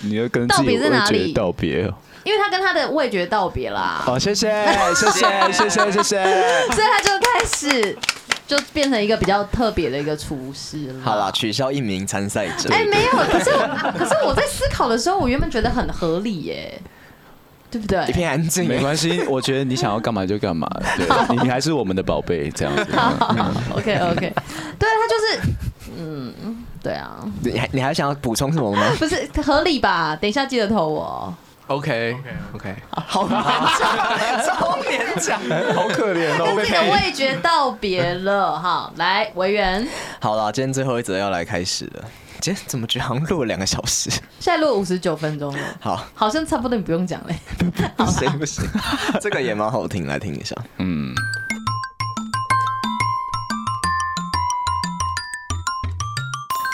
S2: 你要跟
S1: 道
S2: 自己
S1: 别在
S2: 味
S1: 哪
S2: 觉
S1: 里
S2: 道别哦。
S1: 因为他跟他的味觉道别啦，
S2: 好，谢谢，谢谢，谢谢，谢 谢。
S1: 所以他就开始就变成一个比较特别的一个厨师了。
S3: 好啦，取消一名参赛者。
S1: 哎、没有，可是我可是我在思考的时候，我原本觉得很合理耶，对不对
S3: 一？片安静。
S2: 没关系，我觉得你想要干嘛就干嘛， 对你你还是我们的宝贝，这 样子。
S1: OK OK，对啊他就是，嗯，对啊，
S3: 你还你还想要补充什么吗？
S1: 不是合理吧？等一下记得投我哦。
S4: OK OK，
S3: 好难讲，超勉强。
S2: 好可怜哦
S1: 跟自己的味觉道别了哈，来维园，
S3: 好啦，今天最后一则要来开始了。今天怎么觉得好像录了两个小时？
S1: 现在录五十九分钟了，
S3: 好，
S1: 好像差不多，你不用讲嘞。
S3: 不 行不行，这个也蛮好听，来听一下。
S2: 嗯，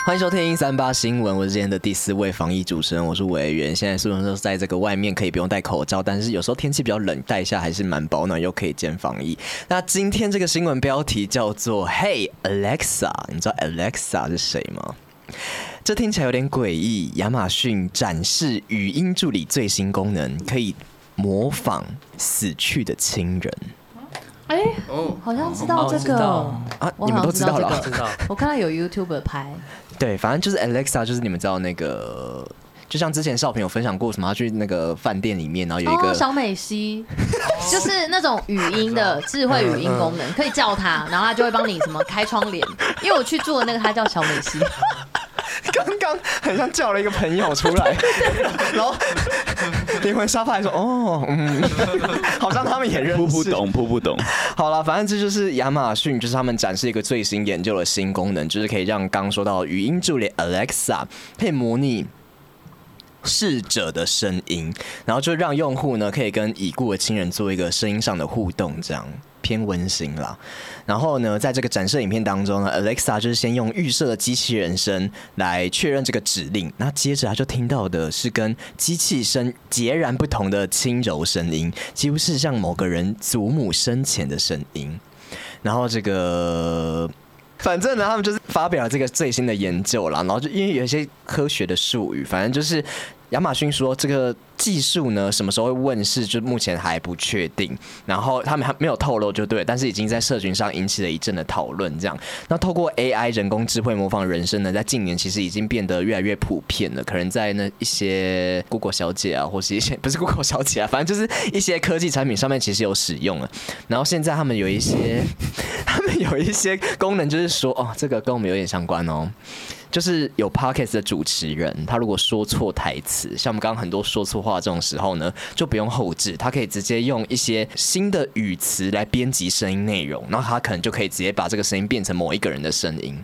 S3: 欢迎收听三八新闻，我是今天的第四位防疫主持人，我是委员。现在虽然说在这个外面可以不用戴口罩，但是有时候天气比较冷，戴一下还是蛮保暖，又可以兼防疫。那今天这个新闻标题叫做 “Hey Alexa”，你知道 Alexa 是谁吗？这听起来有点诡异。亚马逊展示语音助理最新功能，可以模仿死去的亲人
S1: 哎、
S4: 哦
S1: 好像知道这个，
S3: 啊！
S1: 我
S3: 你们
S1: 好
S3: 都
S1: 像
S3: 知道
S1: 这
S3: 了啊。
S1: 个，我看到有 YouTube 拍，
S3: 对，反正就是 Alexa，就是你们知道那个，就像之前少平有分享过什么，他去那个饭店里面，然后有一个、
S1: 哦，小美西，就是那种语音的智慧语音功能，可以叫它，然后它就会帮你什么开窗帘。因为我去住的那个，它叫小美西，
S3: 刚刚很像叫了一个朋友出 来， 然后灵魂沙发还说哦，嗯， 好像他们也认识。
S2: 扑不懂，扑不懂。
S3: 好了，反正这就是亚马逊，就是他们展示一个最新研究的新功能，就是可以让刚说到的语音助理 Alexa 可以模拟。逝者的声音，然后就让用户呢可以跟已故的亲人做一个声音上的互动，这样偏温馨啦。然后呢，在这个展示影片当中呢，Alexa 就是先用预设的机器人声来确认这个指令，那接着他就听到的是跟机器声截然不同的轻柔声音，几乎是像某个人祖母生前的声音。然后这个。反正呢，他们就是发表了这个最新的研究啦，然后就因为有一些科学的术语，反正就是亚马逊说这个技术呢什么时候会问世，就目前还不确定。然后他们还没有透露就对了，但是已经在社群上引起了一阵的讨论。这样，那透过 AI 人工智慧模仿人声呢，在近年其实已经变得越来越普遍了。可能在那一些 Google 小姐啊，或是一些不是 Google 小姐啊，反正就是一些科技产品上面其实有使用了。然后现在他们有一些，他们有一些功能，就是说哦，这个跟我们有点相关哦。就是有 podcast 的主持人，他如果说错台词，像我们刚刚很多说错话这种时候呢，就不用后置，他可以直接用一些新的语词来编辑声音内容，然后他可能就可以直接把这个声音变成某一个人的声音。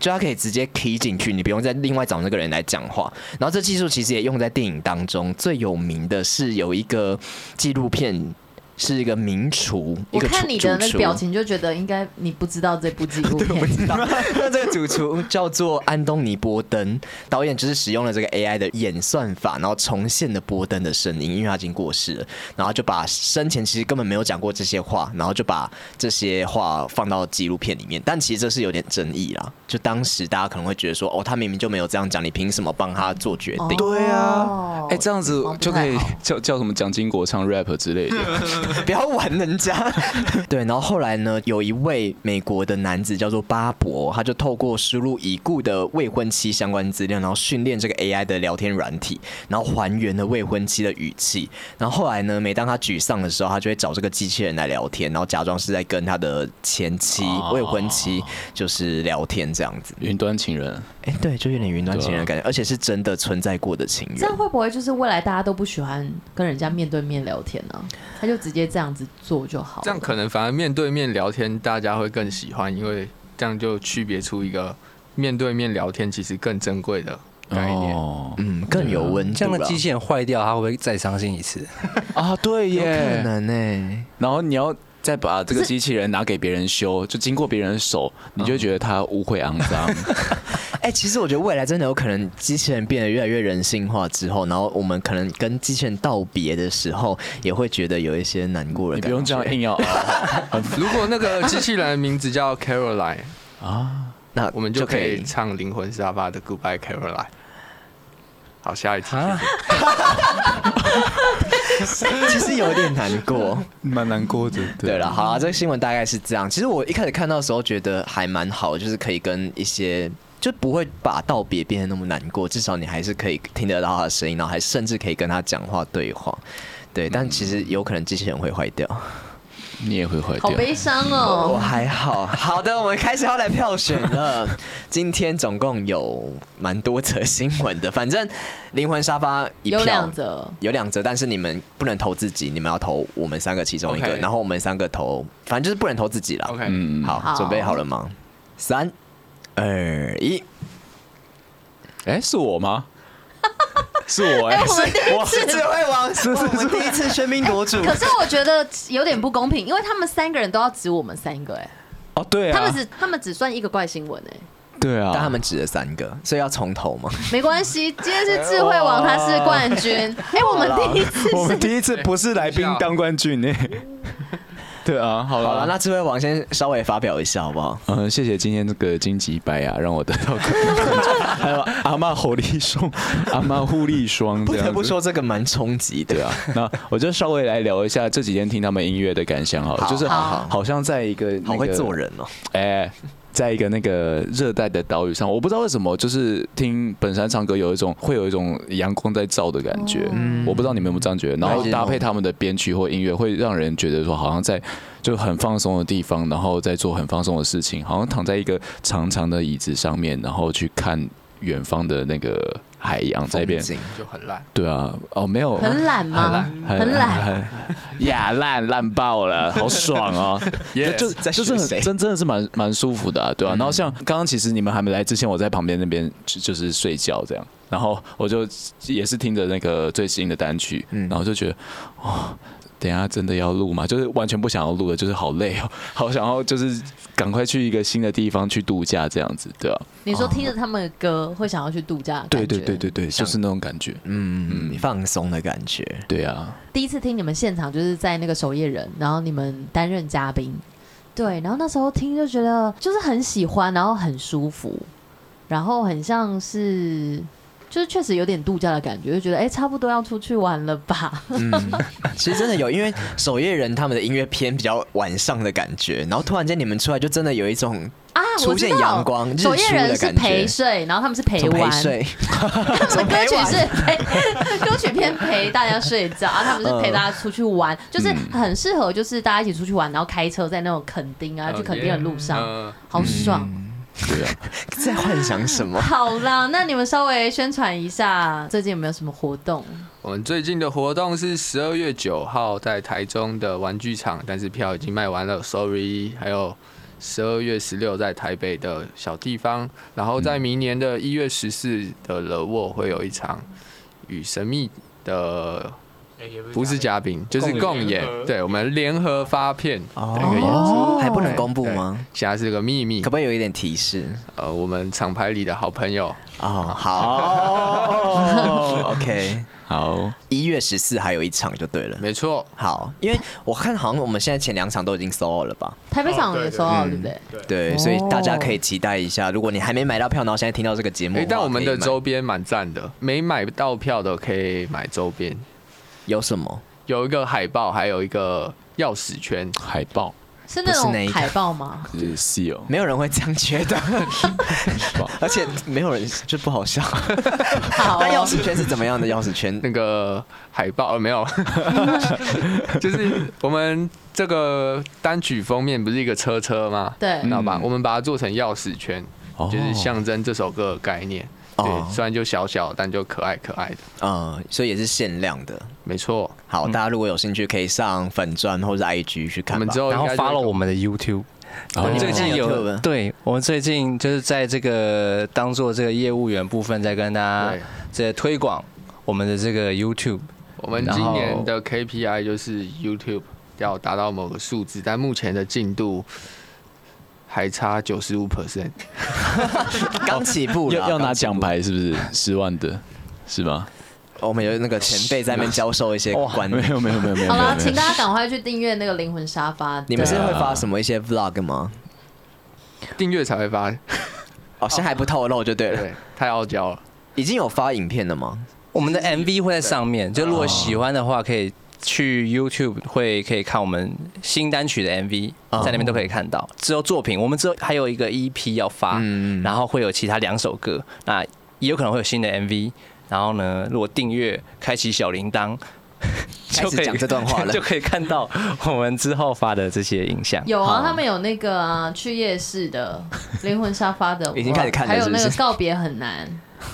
S3: 就他可以直接 key 进去，你不用再另外找那个人来讲话。然后这技术其实也用在电影当中，最有名的是有一个纪录片，是一个名厨，一
S1: 我
S3: 个
S1: 看
S3: 厨
S1: 你的
S3: 主
S1: 那个
S3: 厨
S1: 表情就觉得应该你不知道这部纪 录片。
S3: 那这个主厨叫做安东尼·波登，导演就是使用了这个 AI 的演算法，然后重现了波登的声音，因为他已经过世了，然后就把生前其实根本没有讲过这些话，然后就把这些话放到纪录片里面。但其实这是有点争议啦，就当时大家可能会觉得说，哦，他明明就没有这样讲，你凭什么帮他做决定？
S2: 对啊
S1: 哦
S2: 哎，这样子
S1: 好像不
S2: 就可以
S1: 太好
S2: 叫叫什么蒋经国唱 rap 之类的，
S3: 不要玩人家。 对，然后后来呢，有一位美国的男子叫做巴博，他就透过输入已故的未婚妻相关资料，然后训练这个 AI 的聊天软体，然后还原了未婚妻的语气。然后后来呢，每当他沮丧的时候，他就会找这个机器人来聊天，然后假装是在跟他的前妻、未婚妻就是聊天这样子。啊
S2: 云端情人，
S3: 哎、对，就有点云端情人的感觉，而且是真的存在过的情
S1: 这
S3: 人
S1: 样。会不会就是未来大家都不喜欢跟人家面对面聊天呢、他就直接这样子做就好了。
S4: 这样可能反而面对面聊天大家会更喜欢，因为这样就区别出一个面对面聊天其实更珍贵的概念。
S2: 哦
S3: 嗯，更有温度
S5: 这样的
S3: 了
S5: 机器人坏掉，他会不会再伤心一次？
S2: 啊，对
S3: 可
S2: 耶。
S3: 能呢、
S2: 然后你要再把这个机器人拿给别人修，就经过别人的手，你就会觉得它污秽肮 脏。
S3: 哎、其实我觉得未来真的有可能，机器人变得越来越人性化之后，然后我们可能跟机器人道别的时候，也会觉得有一些难过的
S2: 你
S3: 感觉。
S2: 不用这样硬要啊熬，
S4: 如果那个机器人的名字叫 Caroline，
S3: 那
S4: 我们就可以唱《灵魂沙发》的 Goodbye Caroline。好，下一题。
S3: 其实有点难过。
S2: 蛮难过的。
S3: 对了，好了，这个新闻大概是这样。其实我一开始看到的时候，觉得还蛮好，就是可以跟一些。就不会把道别变得那么难过，至少你还是可以听得到他的声音，然后还甚至可以跟他讲话对话，对。但其实有可能机器人会坏掉。
S2: 你也会坏
S1: 好
S2: 掉。
S1: 悲伤
S3: 我
S1: 哦。
S3: 还好。好的，我们开始要来票选了。今天总共有蛮多则新闻的，反正灵魂沙发一票
S1: 有两，则，
S3: 有两则，但是你们不能投自己，你们要投我们三个其中一个
S4: OK
S3: 然后我们三个投，反正就是不能投自己啦。
S4: OK，、
S2: 嗯，
S3: 好，
S1: 好
S3: 准备好了吗？三、二、 一。
S2: 哎，是我 吗？是我哎，
S1: 我们第一
S3: 我是智慧王，是我们第一次喧宾夺 主。
S1: 可是我觉得有点不公平，因为他们三个人都要指我们三个、哎、
S2: 哦，对
S1: 他们
S2: 啊，
S1: 只他们只算一个怪新闻哎、
S2: 对啊，
S3: 但他们指了三个，所以要从头吗？
S1: 没 关系，今天是智慧王，他是冠军，哎、我们第一次
S2: 我们
S1: 是。
S2: 第一次不是来
S1: 哎
S2: 宾当冠军呢。 对啊，好
S3: 好了，
S2: 了，
S3: 那智慧王先稍微发表一下好不好？
S2: 嗯，谢谢今天这个荆棘白啊，让我得到还有阿妈火力双，阿妈互力双，
S3: 不
S2: 这样
S3: 得
S2: 子
S3: 不说，这个蛮冲击的。
S2: 对啊，那我就稍微来聊一下这几天听他们音乐的感想好了，
S3: 好
S2: 就是
S3: 好
S1: 好
S2: 好像在一个、那个、
S3: 好会做人哦。
S2: 哎、在一个那个热带的岛屿上，我不知道为什么，就是听本山唱歌有一种会有一种阳光在照的感觉，
S3: 哦
S2: 我不知道你们有没有这样觉得。然后
S3: 嗯
S2: 搭配他们的编曲或音乐，会让人觉得说好像在就很放松的地方，然后在做很放松的事情，好像躺在一个长长的椅子上面，然后去看远方的那个海洋在那边
S3: 风。景
S4: 就很烂。
S2: 对啊，哦，没 有，
S1: 很懒吗？啊很懒，
S2: 很呀烂烂爆了，好爽 哦！也就
S3: 在
S2: 就
S3: 学
S2: 是很
S3: 谁
S2: 真真的是蛮蛮舒服的、啊，对啊。然后像刚刚其实你们还没来之前，我在旁边那边就就是睡觉这样，然后我就也是听着那个最新的单曲，
S3: 嗯
S2: 然后就觉得哦。等一下真的要录吗？就是完全不想要录了，就是好累哦，好想要就是赶快去一个新的地方去度假这样子，对啊，
S1: 你说听着他们的歌会想要去度假的感
S2: 对
S1: 觉？
S2: 对对对对，就是那种感觉，
S3: 嗯，嗯放松的感觉。
S2: 对啊，
S1: 第一次听你们现场就是在那个守夜人，然后你们担任嘉宾，对，然后那时候听就觉得就是很喜欢，然后很舒服，然后很像是就是确实有点度假的感觉，就觉得哎、差不多要出去玩了吧。
S3: 其实真的有，因为守夜人他们的音乐偏比较晚上的感觉，然后突然间你们出来，就真的有一种
S1: 啊，我
S3: 出
S1: 知
S3: 现
S1: 道
S3: 阳光日出
S1: 守
S3: 的
S1: 夜人是
S3: 感觉
S1: 陪睡，然后他们是陪
S3: 从陪
S1: 哎玩，
S3: 睡。
S1: 他们的歌曲是陪歌曲偏陪大家睡觉，然后他们
S3: 嗯
S1: 是陪大家出去玩，就是很适合就是大家一起出去玩，然后开车在那种垦丁啊，去垦丁的路上，
S4: 嗯、
S1: 好爽。
S3: 在幻想什 么？
S1: 好啦，那你们稍微宣传一下最近有没有什么活动？
S4: 我们最近的活动是十二月九号在台中的玩具场，但是票已经卖完了，sorry。还有十二月十六在台北的小地方，然后
S3: 嗯
S4: 在明年的一月十四的了沃会有一场与神秘的哎不是嘉宾，就是共演
S6: 共演，
S4: 对我们联合发片的一个演出，
S3: 哦，还不能公布吗？
S4: 现在是个秘密
S3: 可。不可以有一点提示？
S4: 呃，我们厂牌里的好朋友，
S3: 哦，
S4: 哦
S3: 好 ，OK。
S2: 好，
S3: 一月十四还有一场就对了。
S4: 没错，
S3: 好，因为我看好像我们现在前两场都已经 sold out 了吧？
S1: 台北场也收哦到，对不嗯对？
S3: 对，所以大家可以期待一下。如果你还没买到票，然后现在听到这个节目
S4: 诶，
S3: 的话，
S4: 但我们
S3: 可
S4: 的
S3: 以买
S4: 周边蛮赞的，没买到票的可以买周边。
S3: 有什么？
S4: 有一个海报，还有一个钥匙圈。
S2: 海报
S7: 是那
S3: 不是那一
S7: 种
S3: 个
S7: 海报 吗？
S2: 就是 seal，
S3: 没有人会这样觉得，而且没有人就不好笑。
S1: 哦
S7: 好
S3: 那钥匙圈是怎么样的钥匙圈？
S4: 那个海报、呃、没有， 就是我们这个单曲封面不是一个车车吗？
S7: 对
S4: 知道
S5: 嗯
S4: 吧？我们把它做成钥匙圈，
S5: 哦
S4: 就是象征这首歌的概念。
S3: 哦
S4: 对，虽然就小小，但就可爱可爱的，
S3: 嗯，所以也是限量的。
S4: 没错。
S3: 好，大家如果有兴趣，可以上粉砖或是 IG 去
S4: 我
S3: 看吧。
S4: 们之后
S5: 然后
S4: 哦应该就嗯
S5: follow 我们的 YouTube。我们最近
S3: 哦
S5: 有
S3: YouTube
S5: 对，我们最近就是在这个当做这个业务员部分，在跟大家
S4: 对
S5: 在推广我们的这个 YouTube。
S4: 我们今年的 KPI 就是 YouTube 要达到某个数字，但目前的进度还差九十五 percent。
S3: 刚起步啦
S2: 要要拿
S3: 刚起步
S2: 奖牌是不是？十万的，是吗？
S3: 我们有那个前辈在那边教授一些观
S2: 没
S3: 念。
S2: 有没有没有没有。
S7: 好了，
S2: 没有
S7: 请大家赶快去订阅那个灵魂沙发。
S3: 你们是
S7: 对
S3: 会发什么一些 vlog 吗？
S4: 订阅才会发，
S3: 哦，现在还不透露就对了。
S4: 对，太傲娇了。
S3: 已经有发影片了吗？
S5: 我们的 MV 会在上面，就如果喜欢的话，可以去 YouTube 会可以看我们新单曲的 MV，在
S4: 啊
S5: 那边都可以看到。之后作品，我们之后还有一个 EP 要发，
S3: 嗯
S5: 然后会有其他两首歌，那也有可能会有新的 MV。然后呢，如果订阅开启小铃铛，
S3: 开
S5: 就
S3: 始
S5: 可以
S3: 讲这段话了
S5: 就可以看到我们之后发的这些影像。
S7: 有啊
S5: 好，
S7: 他们有那个啊，去夜市 的灵魂沙发的，
S3: 已经开始看了
S7: 还有
S3: 是不
S7: 那
S3: 是
S7: 个告别很难。嗯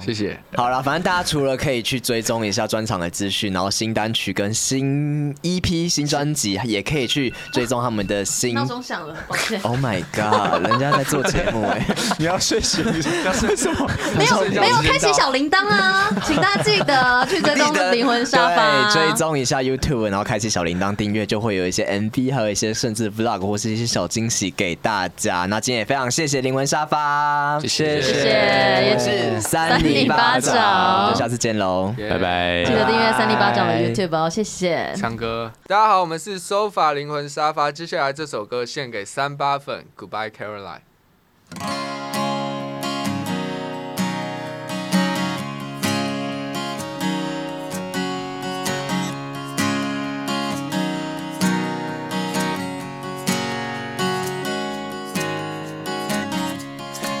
S4: 谢谢。
S3: 好了，反正大家除了可以去追踪一下专场的资讯，然后新单曲跟新 EP、新专辑，也可以去追踪他们的新
S7: 闹。钟响了，抱歉。
S3: Oh my god！人家在做节目哎、
S2: 你要睡醒，要睡什么？
S7: 没有没有开启小铃铛 啊，请大家记得去追踪
S3: 记得
S7: 灵魂沙发，
S3: 对，追踪一下 YouTube，然后开启小铃铛订阅，就会有一些 MV，还有一些甚至 Vlog 或是一些小惊喜给大家。那今天也非常谢谢灵魂沙发，
S5: 谢
S7: 谢
S5: 谢
S7: 谢，也
S3: 我
S7: 是
S3: 是三零八掌，就下次见喽。
S2: 拜拜。
S7: 记得订阅三零八掌的
S5: 拜
S7: YouTube 哦，谢谢。
S4: 唱歌。大家好，我们是 SOFA 灵魂沙发。接下来这首歌献给三八粉，Goodbye Caroline。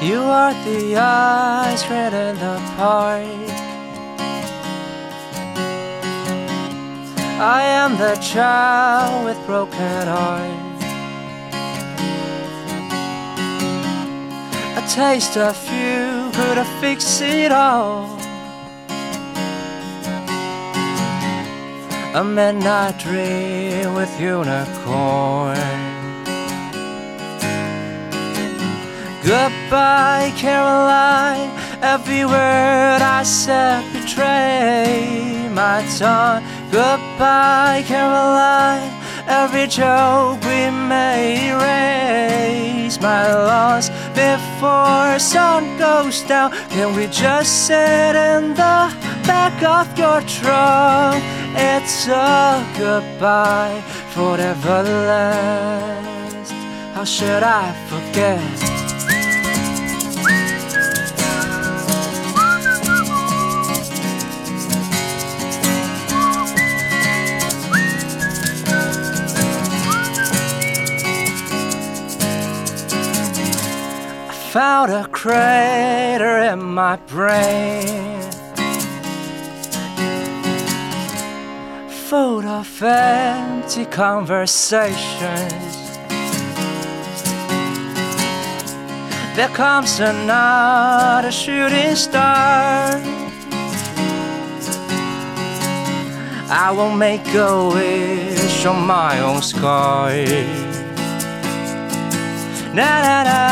S5: You are the ice red in the park. I am the child with broken heart. A taste of you could have fixed it all. A midnight dream with unicorn. Goodbye, Caroline. Every word I said betrayed my tongue. Goodbye, Caroline. Every joke we made erase my loss before sun goes down. Can we just sit in the back of your truck? It's a goodbye forever last. How should I forget? found a crater in my brain. Full of empty conversations. There comes another shooting star. I will make a wish on my own sky. Na na na.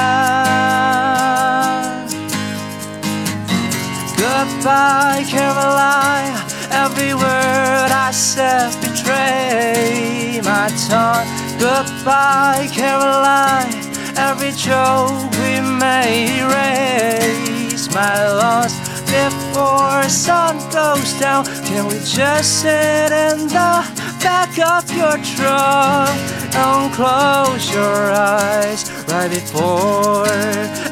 S5: Goodbye, Caroline. Every word I said betray my tongue. Goodbye, Caroline. Every joke we may erase my loss before sun goes down. Can we just sit in the back of your truck and close your eyes right before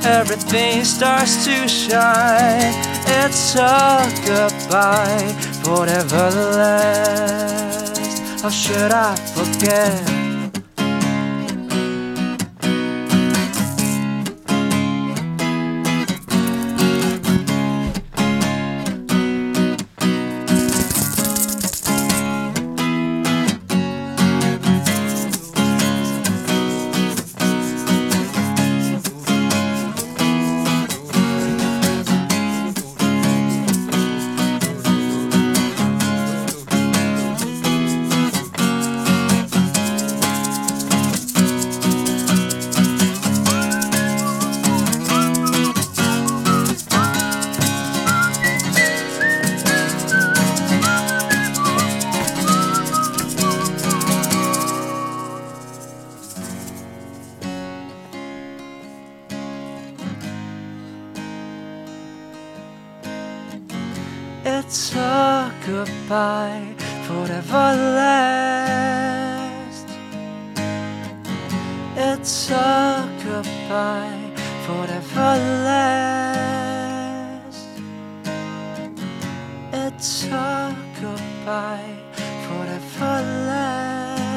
S5: everything starts to shine? It's a goodbye
S9: whatever the last. How should I forget? It's a goodbye forever last. It's a goodbye forever last. It's a goodbye forever last.